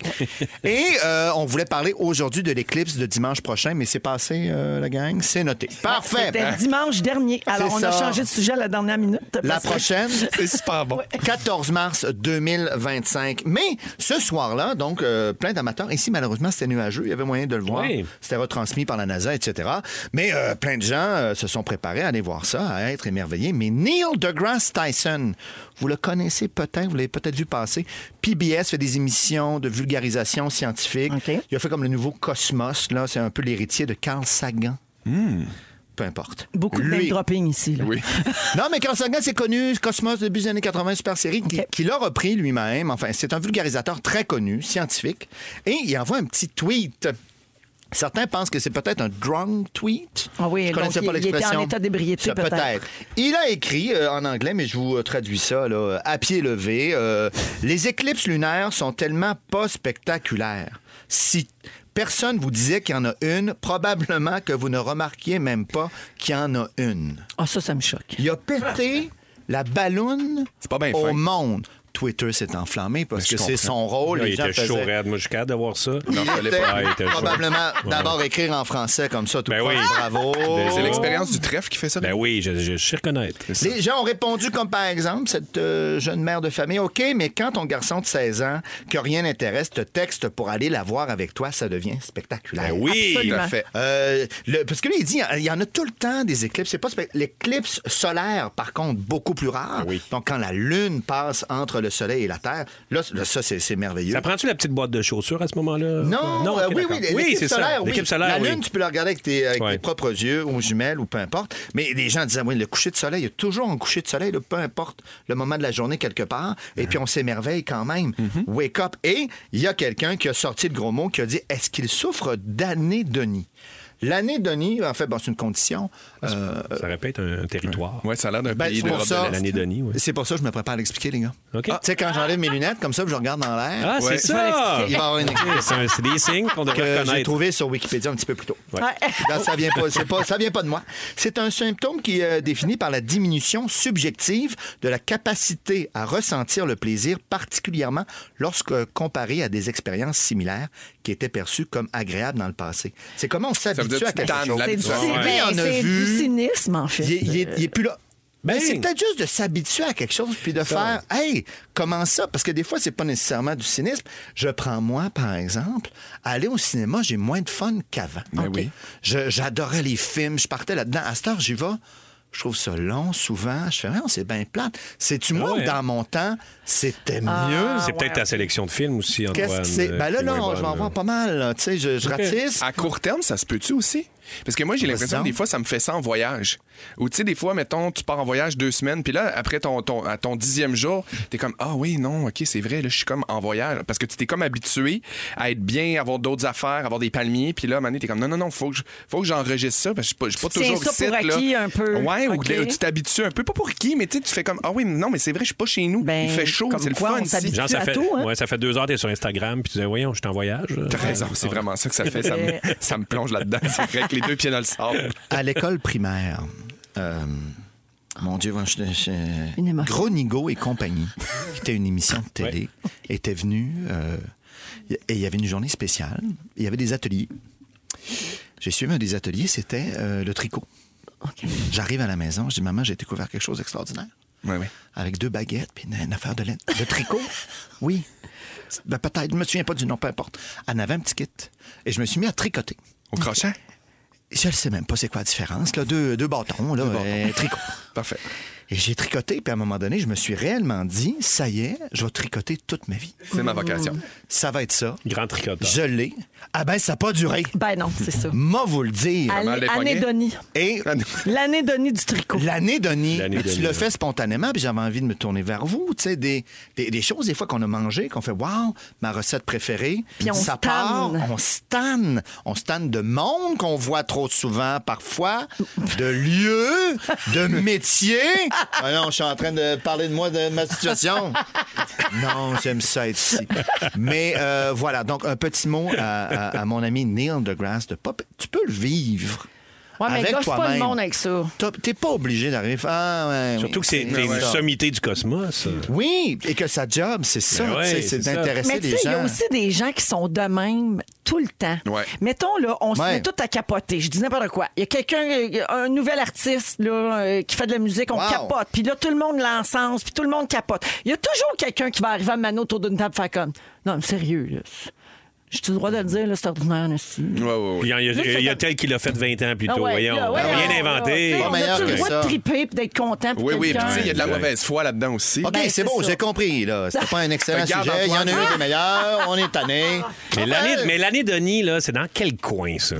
Et euh, on voulait parler aujourd'hui de l'éclipse de dimanche prochain, mais c'est passé, euh, la gang, c'est noté. Parfait. Ah, Ben, C'était dimanche dernier. Alors, on C'est a ça. changé de sujet à la dernière minute. La Parce que- prochaine, c'est super bon. 14 mars 2025. Mais ce soir-là, donc, euh, plein d'amateurs. Ici, malheureusement, c'était nuageux. Il y avait moyen de le voir. C'était retransmis par la NASA, etc. Mais euh, plein de gens euh, se sont préparés à aller voir ça, à être émerveillés. Mais Neil deGrasse Tyson, vous le connaissez peut-être, vous l'avez peut-être vu passer. PBS fait des émissions de vulgarisation scientifique. Il a fait comme le nouveau Cosmos. Là, c'est un peu l'héritier de Carl Sagan. Peu importe. Beaucoup de name Lui- dropping ici. là. non, mais Carl Sagan, c'est connu. Cosmos, début des années 80, super série, qui- qui l'a repris lui-même. Enfin, c'est un vulgarisateur très connu, scientifique. Et il envoie un petit tweet. Certains pensent que c'est peut-être un drunk tweet. Ah oui, je donc connaissais il- pas il était l'expression. en état d'ébriété, Ça, peut-être. Il a écrit euh, en anglais, mais je vous euh, traduis ça là, à pied levé. euh, les éclipses lunaires sont tellement pas spectaculaires. Si personne vous disait qu'il y en a une, probablement que vous ne remarquiez même pas qu'il y en a une. Ah, ça, ça me choque. Il a pété la balloune bien au fin. monde. Twitter s'est enflammé parce que Je c'est comprends. son rôle. Là, les il gens était chaud, faisaient- raide. Moi, je suis capable de voir ça. Il était Ah, il était chaud. probablement Ouais. Ben d'abord écrire en français comme ça, tout proche. Bravo. C'est l'expérience du trèfle qui fait ça. Ben oui, je, je, je sais reconnaître. Les gens ont répondu comme par exemple cette euh, jeune mère de famille, OK, mais quand ton garçon de 16 ans, que rien n'intéresse, te texte pour aller la voir avec toi, ça devient spectaculaire. Ben oui, Absolument. tout à fait. Euh, le- parce que lui, il dit, il y en a tout le temps des éclipses. C'est pas spect- L'éclipse solaire, par contre, beaucoup plus rare. Donc, quand la Lune passe entre le Soleil et la Terre, là, c- là, ça, c'est c'est merveilleux. Ça prend-tu la petite boîte de chaussures à ce moment-là? Non, euh, ok, oui, d'accord. oui, l'équipe c'est solaire, ça. oui. L'équipe solaire, La oui. Lune, tu peux la regarder avec, tes, avec Ouais. tes propres yeux, aux jumelles ou peu importe. Mais les gens disaient, oui, le coucher de soleil, il y a toujours un coucher de soleil, là, peu importe le moment de la journée quelque part. Et puis on s'émerveille quand même. Mm-hmm. Wake up. Et il y a quelqu'un qui a sorti le gros mot, qui a dit, est-ce qu'il souffre d'anédonie? L'anédonie, en fait, bon, c'est une condition. euh, Ça répète un, un territoire. Oui, ça a l'air d'un pays Ben, c'est pour d'Europe de ça- l'Est. L'anédonie, ouais. C'est pour ça que je me prépare à l'expliquer, les gars. OK. Ah, tu sais, quand j'enlève mes lunettes, comme ça, puis je regarde dans l'air. Ah, c'est Ouais. ça! Il va y avoir une Ok, c'est un- c'est des signes qu'on devrait Que J'ai reconnaître. trouvé sur Wikipédia un petit peu plus tôt. Ouais. Non, ça vient pas, c'est pas- ça vient pas de moi. C'est un symptôme qui est euh, défini par la diminution subjective de la capacité à ressentir le plaisir, particulièrement lorsque comparé à des expériences similaires qui étaient perçues comme agréables dans le passé. C'est comment on veut s'habitue dire à que tu quelque tannes chose. C'est du- Lui, l'habitude. c'est- en a c'est vu. du cynisme, en fait. Il est, il est- il est plus là. Ben. Mais c'est peut-être juste de s'habituer à quelque chose puis de faire Hey, comment ça? Parce que des fois, c'est pas nécessairement du cynisme. Je prends moi, par exemple, aller au cinéma, j'ai moins de fun qu'avant. Ben OK. Je- J'adorais les films, je partais là-dedans. À cette heure, j'y vais. Je trouve ça long souvent. Je fais, non, c'est bien plate. C'est-tu moi ouais, ou dans hein? Ah, mon temps, c'était Ah. mieux? mieux. C'est peut-être ta sélection de films aussi, Antoine. Qu'est-ce que c'est? euh, Ben là, qui est là, moins on- je vais bonne, en là. voir pas mal. là. Tu sais, je, je ratisse. À court terme, ça se peut-tu aussi? Parce que moi, j'ai Vas-y l'impression que donc. des fois, ça me fait ça en voyage. Ou tu sais, des fois, mettons, tu pars en voyage deux semaines, puis là, après ton, ton- à ton dixième jour, t'es comme, ah oui, non, ok, c'est vrai, là, je suis comme en voyage. Parce que tu t'es comme habitué à être bien, avoir d'autres affaires, avoir des palmiers, puis là, à un moment donné, t'es comme, non, non, non, faut que je- faut que j'enregistre ça, parce que je suis pas, je suis Tu pas tiens toujours ça pour ici, là. acquis un peu. Ouais, ou Ok. là, tu t'habitues un peu, pas pour qui, mais tu sais, tu fais comme, ah oui, non, mais c'est vrai, je suis pas chez nous, Ben, il fait chaud, comme c'est le quoi, fun. on ici. s'habitue Genre, ça à fait- tout, hein. ouais, ça fait deux heures, t'es sur Instagram, puis tu dis, voyons, je suis en voyage. T'as raison, c'est vraiment ça que ça fait. Ça me, ça me plonge là-dedans. C'est vrai que les deux pieds dans le sable. À l'école primaire, euh, mon Dieu, moi, je, je- Gros Nigo et compagnie, qui était une émission de télé, était venue euh, y- et il y avait une journée spéciale. Il y avait des ateliers. J'ai suivi un des ateliers, c'était euh, le tricot. J'arrive à la maison, je dis maman, j'ai découvert quelque chose d'extraordinaire. Avec deux baguettes puis une, une affaire de laine. De tricot? oui. Ben, peut-être, je me souviens pas du nom, peu importe. Elle en avait un petit kit. Et je me suis mis à tricoter. Au crochet? Je ne sais même pas c'est quoi la différence. Là. Deux, deux bâtons, là, euh, tricot. Parfait. Et j'ai tricoté, puis à un moment donné, je me suis réellement dit, ça y est, je vais tricoter toute ma vie. C'est ma vocation. Ça va être ça. Grand tricoteur. Je l'ai. Ah ben, ça n'a pas duré. Ben non, c'est ça. Moi, vous le dire. Allez, Anédonie. Et L'anédonie du tricot. L'anédonie, mais tu L'anédonie, le ouais. fais spontanément, puis j'avais envie de me tourner vers vous. Tu sais, des, des, des choses, des fois, qu'on a mangé, qu'on fait, waouh, ma recette préférée. Puis on ça se part, tanne. on stanne. On stanne de monde qu'on voit trop souvent, parfois, de lieux, de métiers. Ah non, je suis en train de parler de moi, de ma situation. Non, j'aime ça être ici. Mais euh, voilà, donc un petit mot à, à- à mon ami Neil deGrasse de Pop. Tu peux le vivre. Ouais, mais avec gâche pas le toi-même. monde avec ça. T'as- T'es pas obligé d'arriver. Ah, ouais, Surtout oui. que c'est t'es Ouais, une ouais. sommité du cosmos. Oui, et que sa job, c'est ça, Ben ouais, tu sais, c'est c'est ça. d'intéresser Mais tu les sais, il y a gens. aussi des gens qui sont de même tout le temps. Ouais. Mettons, là, on se Ouais. met tout à capoter. Je dis n'importe quoi. Il y a quelqu'un, euh, un nouvel artiste là, euh, qui fait de la musique, on Wow. capote. Puis là, tout le monde l'encense, puis tout le monde capote. Il y a toujours quelqu'un qui va arriver à me maner autour d'une table faire comme Non, mais sérieux, là. J'ai-tu le droit de le dire, là, c'est ordinaire, là, si. Puis il y, en a- il y a tel qui l'a fait 20 ans plus tôt, Ah ouais, voyons. là, ouais, Rien ouais, inventé. ouais, ouais. On a-tu le droit de triper puis d'être content? pour Oui, oui, puis quelqu'un? Ben, tu sais, il y a de la Ouais. mauvaise foi là-dedans aussi. OK, c'est bon, j'ai compris, là. C'était pas un excellent Regarde, sujet. Eh, Il y en a Antoine. eu des meilleurs, on est tanné. hein? Mais l'année- Mais l'année Denis, là, c'est dans quel coin, ça?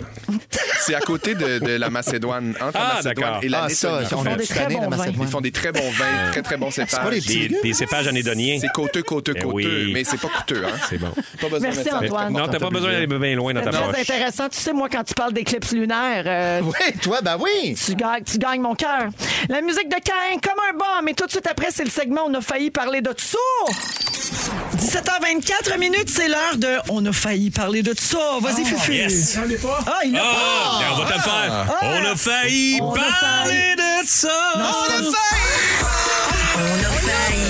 C'est à côté de, de la Macédoine. Entre la Ah, Macédoine d'accord. et la Ah, ça, Macédoine. ils font des très bons vins. Ils font des très bons vins, très, très bons C'est cépages. pas des petits Des- gars. des cépages anédoniens. C'est côteux, côteux, Ben côteux, oui. mais c'est pas coûteux. Hein? C'est bon. Pas besoin de Merci, mettre ça. Antoine. Non, t'as pas besoin d'aller bien loin dans C'est ta très poche. intéressant. Tu sais, moi, quand tu parles d'éclipse lunaire... oui, toi, ben oui! Tu gagnes, tu gagnes mon cœur. La musique de Cain, comme un bon, mais tout de suite après, c'est le segment On a failli parler de tout ça! 17h24 minutes, c'est l'heure de On a failli parler de tout ça. Ah, Vas-y, Fufu. yes. Il pas. Ah, il l'a Ah, pas. ben, on va te le faire. Ah. On a failli On a parler failli. de ça. Non, On a failli. On a failli.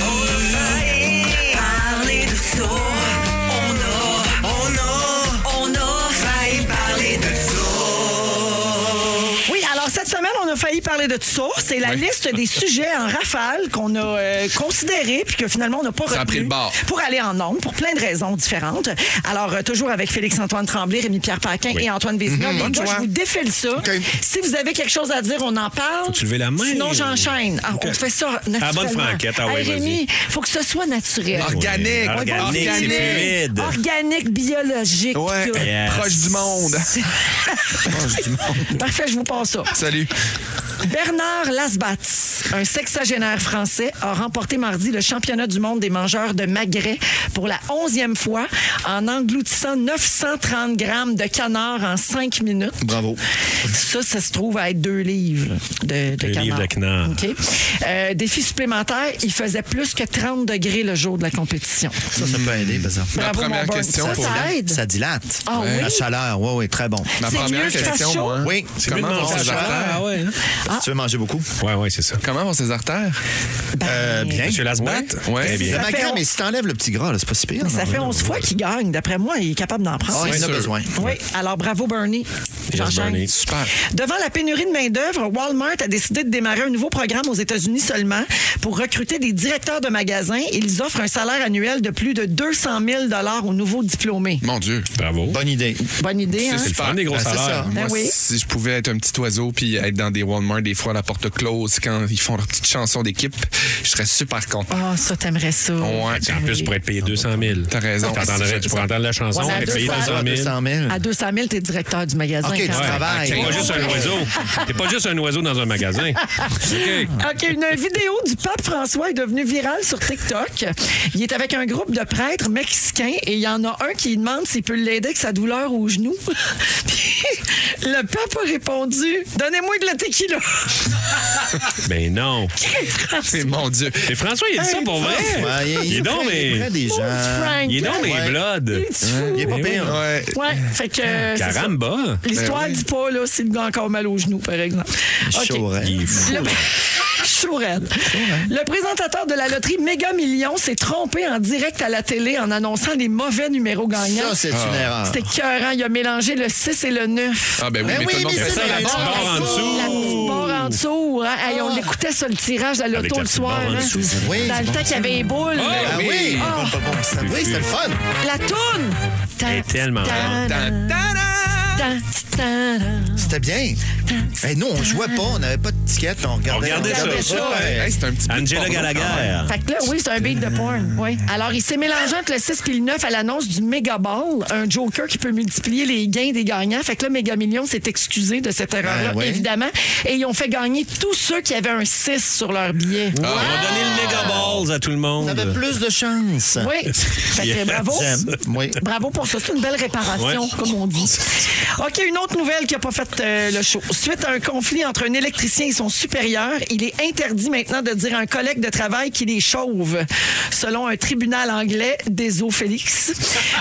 a failli parler de tout ça. C'est la liste des sujets en rafale qu'on a euh, considérés puis que finalement on n'a pas Ça a retenu pris le bord. pour aller en nombre pour plein de raisons différentes. Alors euh, toujours avec Félix Antoine Tremblay, Rémi Pierre Paquin Oui. et Antoine Vézina. Mhm. Les Bonne gars, joie. je vous défile ça. Si vous avez quelque chose à dire, on en parle. Faut-tu lever la main? Sinon j'enchaîne. Ah, Ok. On fait ça À la bonne naturellement. franquette, ah ouais, Hey, Rémi, faut que ce soit naturel. Oui. Organique. Ouais, bon, Organique, c'est fluide. Organique, biologique. Ouais. tout. Yes. Proche du monde. Proche du monde. Parfait, je vous passe ça. Salut. Bernard Lasbatz, un sexagénaire français, a remporté mardi le championnat du monde des mangeurs de magret pour la onzième fois en engloutissant 930 grammes de canard en 5 minutes. Bravo. Ça, ça se trouve à être deux livres de, de Deux canard. livres de canard. OK. Euh, défi supplémentaire, il faisait plus que 30 degrés le jour de la compétition. Ça, ça peut aider, par exemple. Ma Bravo, première mon bon. question Ça, pour- ça aide. Ça dilate. Ah oui? La chaleur, oui, oui, très bon. Ma C'est première mieux que ça question, chaud? moi, hein? Oui, C'est mieux de manger ses à chaleur, artères? ah ouais, hein? Si tu veux manger beaucoup. Oui, oui, c'est ça. Comment vont ses artères? Ben, Euh, bien. Monsieur Lasbat? Ouais. Très bien. Ça Hein? Ça fait m'agace, on- Eh mais si t'enlèves le petit gras, là, c'est pas si pire. Mais ça non? fait 11 fois qu'il gagne. D'après moi, il est capable d'en prendre. Ah, il en a Sûr. besoin. Oui. Alors, bravo, Bernie. J'enchaîne. Super. Devant la pénurie de main-d'œuvre, Walmart a décidé de démarrer un nouveau programme aux États-Unis seulement pour recruter des directeurs de magasins. Ils offrent un salaire annuel de plus de 200 000 aux nouveaux diplômés. Mon Dieu. Bravo. Bonne idée. Bonne idée, hein? C'est super. Ben, c'est ça. Ben Moi, oui. si je pouvais être un petit oiseau puis être dans des Walmart des fois à la porte close quand ils font leur petite chanson d'équipe, je serais super content. Ah, ça, t'aimerais ça. Ouais. En plus, tu pourrais être payé 200 000. T'as raison. T'entendrais- tu pourrais entendre la chanson, Ouais, à et payer 200 000. 000. À 200 000, t'es directeur du magasin. OK, tu quand même. travailles. T'es Ah, pas juste un oiseau. T'es pas juste un oiseau dans un magasin. OK. OK, une vidéo du pape François est devenue virale sur TikTok. Il est avec un groupe de prêtres mexicains et il y en a un qui lui demande s'il peut l'aider avec sa douleur au genou. Puis le pape a répondu Donnez-moi de la tequila. Ben non. C'est mon Dieu. Mais François, il a dit ça pour vrai. Ouais, il est donc, mais. près des gens. Frank. Il est donc, mais Ouais. blood. Il est pas Ben pire. Ouais. Ouais, Ben fait que. euh, c'est ça. Caramba. L'histoire Ben dit pas là, s'il a encore mal au genou, par exemple. OK. hein. Chaurel. Il est fou. Le... Chaurel. hein? Le présentateur de la loterie Méga Million s'est trompé en direct à la télé en annonçant les mauvais numéros gagnants. Ça, c'est une erreur. C'était écœurant. Il a mélangé le 6 et le 9. Ah, ben oui, Ben mais oui, tout le monde mais fait c'est ça. la là-bas. barre en dessous. La petite barre en dessous. hein. Hey, on l'écoutait sur le tirage de la Avec loto la le petite soir. barre en hein. dessous. Ah. Oui. Dans le temps qu'il y avait les boules. Ah oui. Ah. Bon, bon, bon, ça- Oui, c'était le fun. La toune! Il est tellement. Ta- Dan, dan, dan. ta- ta- C'était bien. Eh, nous, on jouait pas, on n'avait pas de ticket, on regardait. On regardait ça. ouais. Hey, c'est un petit peu de Angela porno, quand même. Gallagher. Fait que là, oui, c'est un beat de porn. Oui. Alors, il s'est mélangé entre le 6 et le 9 à l'annonce du Mega Ball, un joker qui peut multiplier les gains des gagnants. Fait que là, Mega Million s'est excusé de cette erreur-là, Ben ouais. évidemment. Et ils ont fait gagner tous ceux qui avaient un 6 sur leur billet. Ah, On va donner le méga balls à tout le On monde. avait plus de chance. Oui. Fait que bravo. J'aime. Oui. Bravo pour ça. C'est une belle réparation, Ouais. comme on dit. OK, une autre nouvelle qui n'a pas fait euh, le show. Suite à un conflit entre un électricien et son supérieur, il est interdit maintenant de dire à un collègue de travail qu'il est chauve, selon un tribunal anglais des eaux Félix.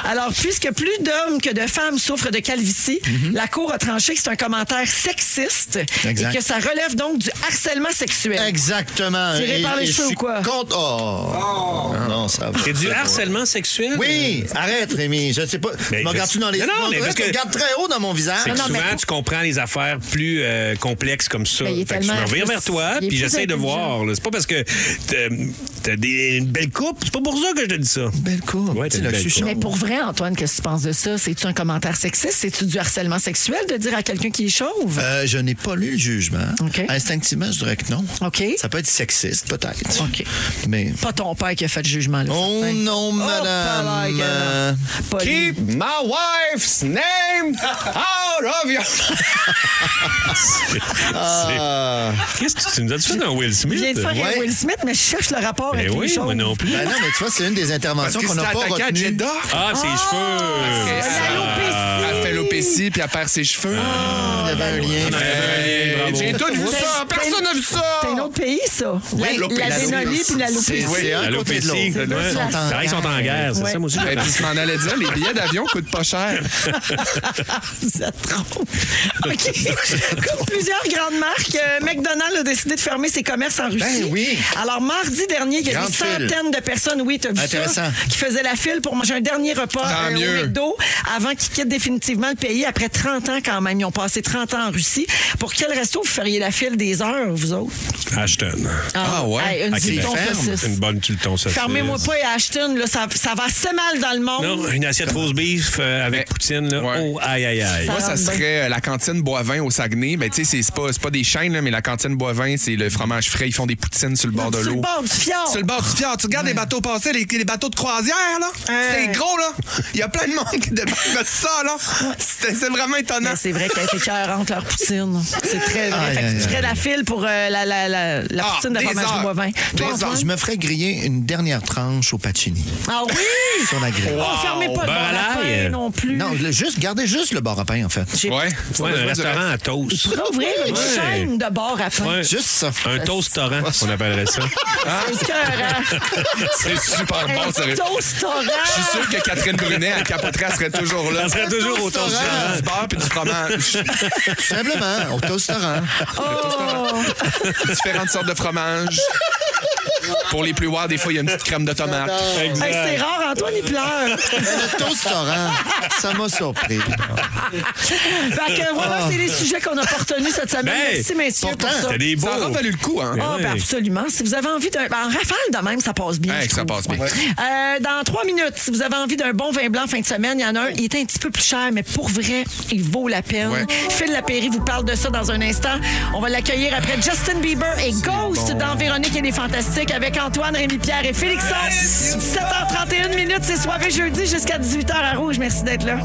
Alors, puisque plus d'hommes que de femmes souffrent de calvitie, Mhm. la Cour a tranché que c'est un commentaire sexiste Exact. et que ça relève donc du harcèlement sexuel. Exactement. Tiré Et- par les et cheveux je ou quoi? suis Contre... Oh. Non, ça va. C'est du harcèlement sexuel? Oui, arrête, Rémi. Je sais pas. Mais Tu me je- regardes-tu dans les Non, non, on mais dirait parce que tu que- regardes très haut dans mon visage. C'est que Ah, non, souvent, mais- tu comprends les affaires plus euh, complexes comme ça. Mais il est Fait que je tellement me reviens plus- vers toi, il est puis plus j'essaie de voir. là. C'est pas parce que t'as- t'as des- une belle coupe, c'est pas pour ça que je te dis ça. Belle courbe. Ouais, t'as Tu une l'as belle su, courbe. Mais pour vrai, Antoine, qu'est-ce que tu penses de ça? C'est-tu un commentaire sexiste? C'est-tu du harcèlement sexuel de dire à quelqu'un qui est chauve? Euh, je n'ai pas lu le jugement. OK. Instinctivement, je dirais que non. OK. Ça peut être sexiste, peut-être. OK. Mais. Pas ton père qui a fait le jugement. Là, Oh certain. non, madame. pas like, euh, pas lui. Keep my wife's name out of your. Ah. Qu'est-ce que tu- tu nous as-tu fait d'un Will Je viens Smith? de faire Ouais. un Will Smith, mais je cherche le rapport Mais avec les Ben oui, chauves. moi non plus. Ben non, mais tu vois, c'est une des Parce interventions que qu'on n'a c'était pas attaqué à retenues. Jeddah. Ah, ses cheveux! Ah. Elle fait l'opécie puis elle perd ses cheveux. Ah. Ah, Il y avait un lien. Hey, bravo. J'ai tout vu ça. Personne n'a vu ça. Ben, C'est un autre pays, ça. Oui, la la l'alopécie. dénolie puis la C'est- c'est hein, un côté de L'alopécie, l'autre. ouais. Ils sont en C'est vrai qu'ils sont en guerre, c'est Ouais. ça, moi aussi. Et puis, je m'en allais dire, les billets d'avion coûtent pas cher. Ça trompe. OK. Comme plusieurs grandes grande marque, euh, McDonald's a décidé de fermer ses commerces en Russie. Ben oui. Alors, mardi dernier, il y a Grande des file. centaines de personnes, oui, t'as vu Intéressant. ça, qui faisaient la file pour manger un dernier repas Tant euh, mieux. au McDo avant qu'ils quittent définitivement le pays après 30 ans quand même. Ils ont passé 30 ans en Russie. Pour quel resto vous feriez la file des heures, vous autres? Ashton. Ah, Ah ouais? hey, une À Québec. sultan saucisse. Une bonne sultan saucisse. Fermez-moi pas et Ashton, là, ça, ça va assez mal dans le monde. Non, une assiette rose beef euh, avec poutine, là. Oh, aïe, aïe, aïe. Moi, ça serait euh, la cantine Boivin au Saguenay. Ben, tu sais, c'est- c'est pas, c'est pas des chaînes, là, mais la cantine Boivin, c'est le fromage frais. Ils font des poutines sur le bord de l'eau. Sur le bord du fjord. Sur le bord du fjord. Tu regardes les bateaux passer, les, les bateaux de croisière, là. C'est gros, là. Il y a plein de monde qui débarque de ça, là. C'est c'est vraiment étonnant. C'est vrai qu'elle était entre leur poutine. C'est très vrai. Aïe, Fait que aïe, tu ferais aïe. la file pour euh, la, la, la, la Ah, poutine de des fromage heures. bovin. Des Toi, heures. Antoine? Je me ferais griller une dernière tranche au pacini. Ah oui! Sur la grille. Wow! On fermait pas le beurre à pain l'ail. non plus. Non, le- juste, gardez juste le bar à pain, en fait. Ouais. Ouais, un restaurant à toast. On pourrait ouvrir une Ouais. chaîne de bar à pain. Ouais. Juste ça. Un Euh, toast Ah. torrent, on appellerait ça. C'est écœurant. Ah. C'est super bon, sérieux. Toast torrent. Je suis sûr que Catherine Brunet, à Capotra, serait toujours là. Elle serait toujours au toast torrent. Du beurre puis du fromage. Tout simplement, au toasterant. Oh, Oh. Différentes sortes de fromages. Pour les plus wild, des fois, il y a une petite crème de tomate. Hey, c'est rare, Antoine, il pleure. Le toast torrent, ça m'a surpris. Ah. Fait que voilà, c'est les sujets qu'on a retenus cette semaine. Ben, Merci, messieurs, pourtant, pour ça. t'as des beaux. Ça aura valu le coup, hein? Ah, Ben ben oui. absolument. Si vous avez envie d'un... ben, en rafale de même, ça passe bien, Hey, je que ça trouve. passe bien. Ouais. Euh, dans trois minutes, si vous avez envie d'un bon vin blanc fin de semaine, il y en a un, il est un petit peu plus cher, mais pour vrai, il vaut la peine. Phil Lapéry vous parle de ça dans un instant. On va l'accueillir après Justin Bieber et Ghost bon. dans Véronique et les Fantastiques avec Antoine, Rémi-Pierre et Félix. 7h31 minutes, c'est soirée jeudi jusqu'à 18h à Rouge. Merci d'être là.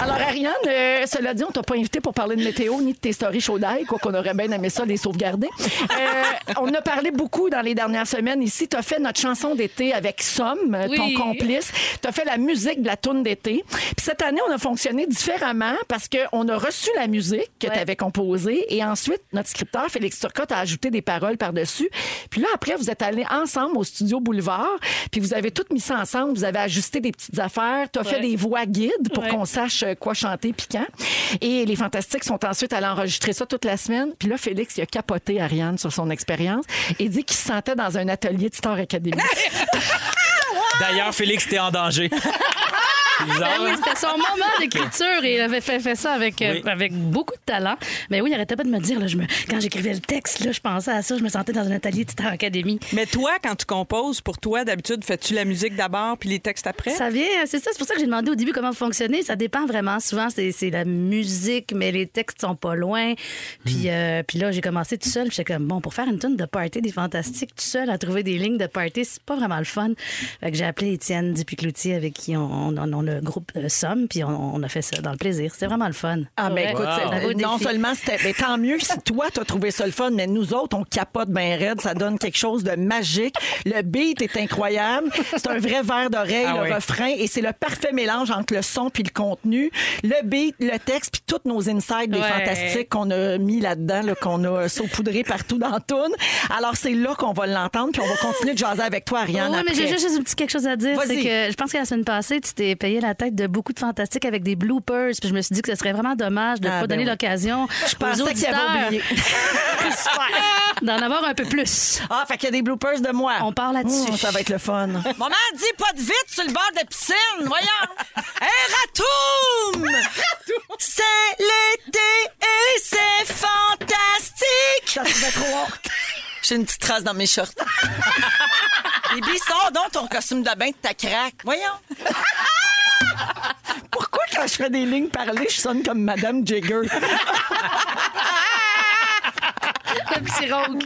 Alors, Ariane, euh, cela dit, on t'a pas invité pour parler de météo ni de tes stories chaudes d'ail, quoi qu'on aurait bien aimé ça les sauvegarder. Euh, on a parlé beaucoup dans les dernières semaines ici. Tu as fait notre chanson d'été avec Somme, euh, Oui. ton complice. Tu as fait la musique de la tourne d'été. Puis cette année, on a fonctionné différemment parce qu'on a reçu la musique que tu avais composée et ensuite, notre scripteur, Félix Turcotte, a ajouté des paroles par-dessus. Puis là, après, vous êtes allés ensemble au studio Boulevard, puis vous avez tout mis ça ensemble. Vous avez ajusté des petites affaires. Tu as fait Ouais. des voix guides pour Ouais. qu'on sache euh, quoi chanter piquant. Et les Fantastiques sont ensuite allés enregistrer ça toute la semaine. Puis là, Félix, il a capoté Ariane sur son expérience et dit qu'il se sentait dans un atelier de Star Academy. Ah! D'ailleurs, Félix, t'es en danger. Ben oui, c'était son moment d'écriture et il avait fait, fait ça avec, euh, avec beaucoup de talent. Mais oui, il arrêtait pas de me dire, là, je me, quand j'écrivais le texte, là, je pensais à ça, je me sentais dans un atelier de Star Academy. Mais toi, quand tu composes, pour toi, d'habitude, fais-tu la musique d'abord puis les textes après? Ça vient, euh, c'est ça, c'est pour ça que j'ai demandé au début comment fonctionner. Ça dépend vraiment. Souvent, c'est c'est la musique, mais les textes sont pas loin. Puis, euh, puis là, j'ai commencé tout seul. puis J'étais comme, bon, pour faire une tune de party des fantastiques, tout seul, à trouver des lignes de party, c'est pas vraiment le fun. Fait que j'ai appelé Étienne Dupuis-Cloutier, avec qui on, on- on- on a le groupe euh, Somme, puis on, on a fait ça dans le plaisir. C'était vraiment le fun. Ah, ben écoute, c'est- non seulement c'était. Mais tant mieux si toi, t'as trouvé ça le fun, mais nous autres, on capote bien raide. Ça donne quelque chose de magique. Le beat est incroyable. C'est un vrai verre d'oreille, Ah le oui. refrain. Et c'est le parfait mélange entre le son puis le contenu. Le beat, le texte, puis toutes nos insides des Ouais. fantastiques qu'on a mis là-dedans, là, qu'on a saupoudré partout dans Toon. Alors, c'est là qu'on va l'entendre, puis on va continuer de jaser avec toi, Ariane. Oui, mais j'ai après. juste un petit quelque chose à dire. C'est Vas-y. que je pense que la semaine passée, tu t'es payé la tête de beaucoup de fantastiques avec des bloopers. Puis je me suis dit que ce serait vraiment dommage de ne Ah, pas ben donner oui. l'occasion Je aux pensais qu'il y avait auditeurs oublié. d'en avoir un peu plus. Ah, fait qu'il y a des bloopers de moi. On parle là-dessus. ça va être le fun. Maman dit pas de vite sur le bord de la piscine, voyons. Hey, Ratoum! C'est l'été et c'est fantastique! Ça trop J'ai une petite trace dans mes shorts. Bibi, sors donc ton costume de bain de ta craque. Voyons. Pourquoi quand je fais des lignes parlées, je sonne comme Madame Jagger? Le petit rogue.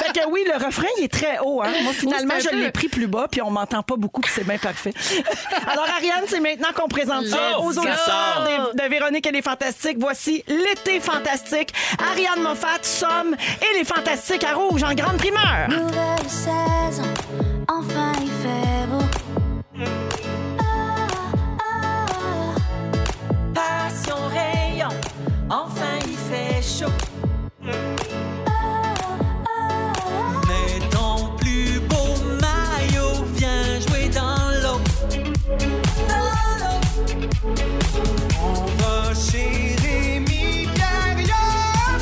fait que oui, le refrain, il est très haut. Hein? Moi, finalement, Oui, c'est un je peu- l'ai pris plus bas, puis on m'entend pas beaucoup, puis c'est bien parfait. Alors, Ariane, c'est maintenant qu'on présente ça Let's aux auditeurs go! de, de Véronique et les Fantastiques. Voici l'été fantastique. Ariane Moffat, Somme et les Fantastiques à Rouge en grande primeur. Nouvelle saison, enfin il fait beau. Ah, Passion rayon, enfin il fait chaud. Ah, Mais ton plus beau maillot vient jouer dans l'eau. On va chez Rémi Pierre, y'a un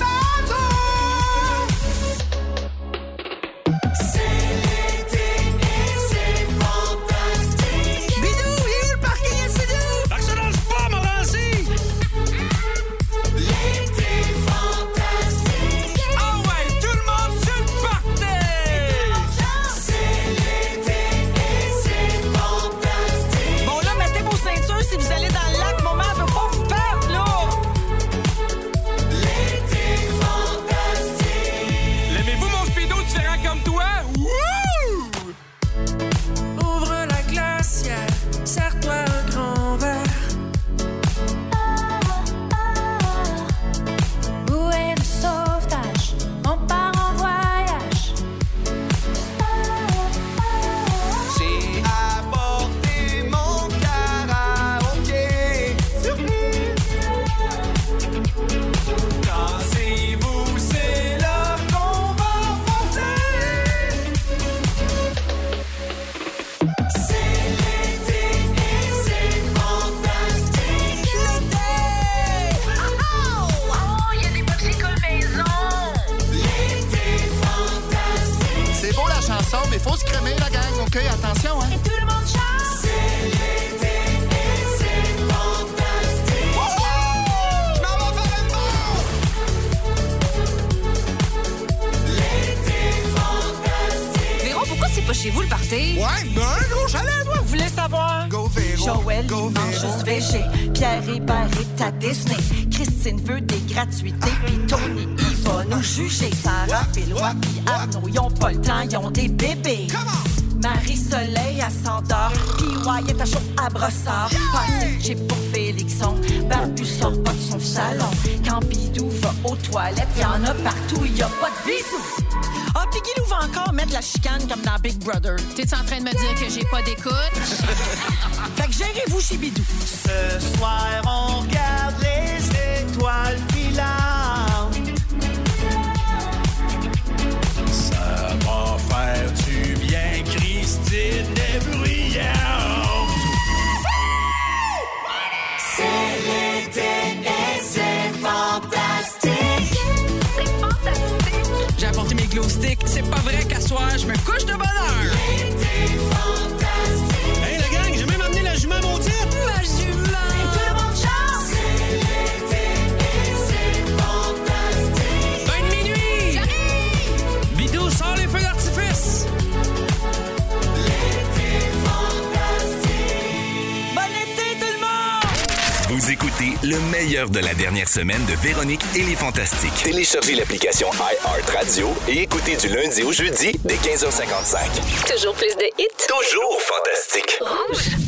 se crémer, la gang, OK? Attention, hein? Tout le monde chante. C'est l'été et c'est fantastique. Je m'en vais faire une L'été fantastique. Véro, pourquoi c'est pas chez vous le party? Ouais, ben un gros chalet, moi! Vous voulez savoir? Go Joël, il mange juste végé. Pierre Hébert est à Disney. Christine veut des gratuités. Puis Tony, il va nous juger. Sarah, Pélois, puis Arnaud, ils ont pas le temps, ils ont des bébés. Marie-Soleil, à s'endort. Puis est à chaud à brossard. Passé chez pour Félixon. Barbu sort pas de son salon. Quand Bidou va aux toilettes, y en a partout, y a pas de bisous. Ah, puis Guilou va encore mettre la chicane comme dans Big Brother. T'es en train de me dire que j'ai pas d'écoute? Fait que gérez-vous chez Bidou. Ce soir, on regarde les étoiles filantes. Ça va faire du bien, Christine est C'est l'été et c'est fantastique. C'est fantastique. J'ai apporté mes glow sticks. C'est pas vrai qu'à soir, je me couche de bonne heure. L'été fantastique. Hey, la gang, j'ai même amené la jument maudite. Ma jument. Tout le monde chante. C'est l'été et c'est fantastique. Bonne minuit. Bidou, sort les feux d'artifice. L'été fantastique. Bon été, tout le monde! Vous écoutez le meilleur de la dernière semaine de Véronique et les Fantastiques. Téléchargez l'application iHeartRadio et écoutez du lundi au jeudi dès 15h55. Toujours plus de hits. Toujours fantastique. Rouge.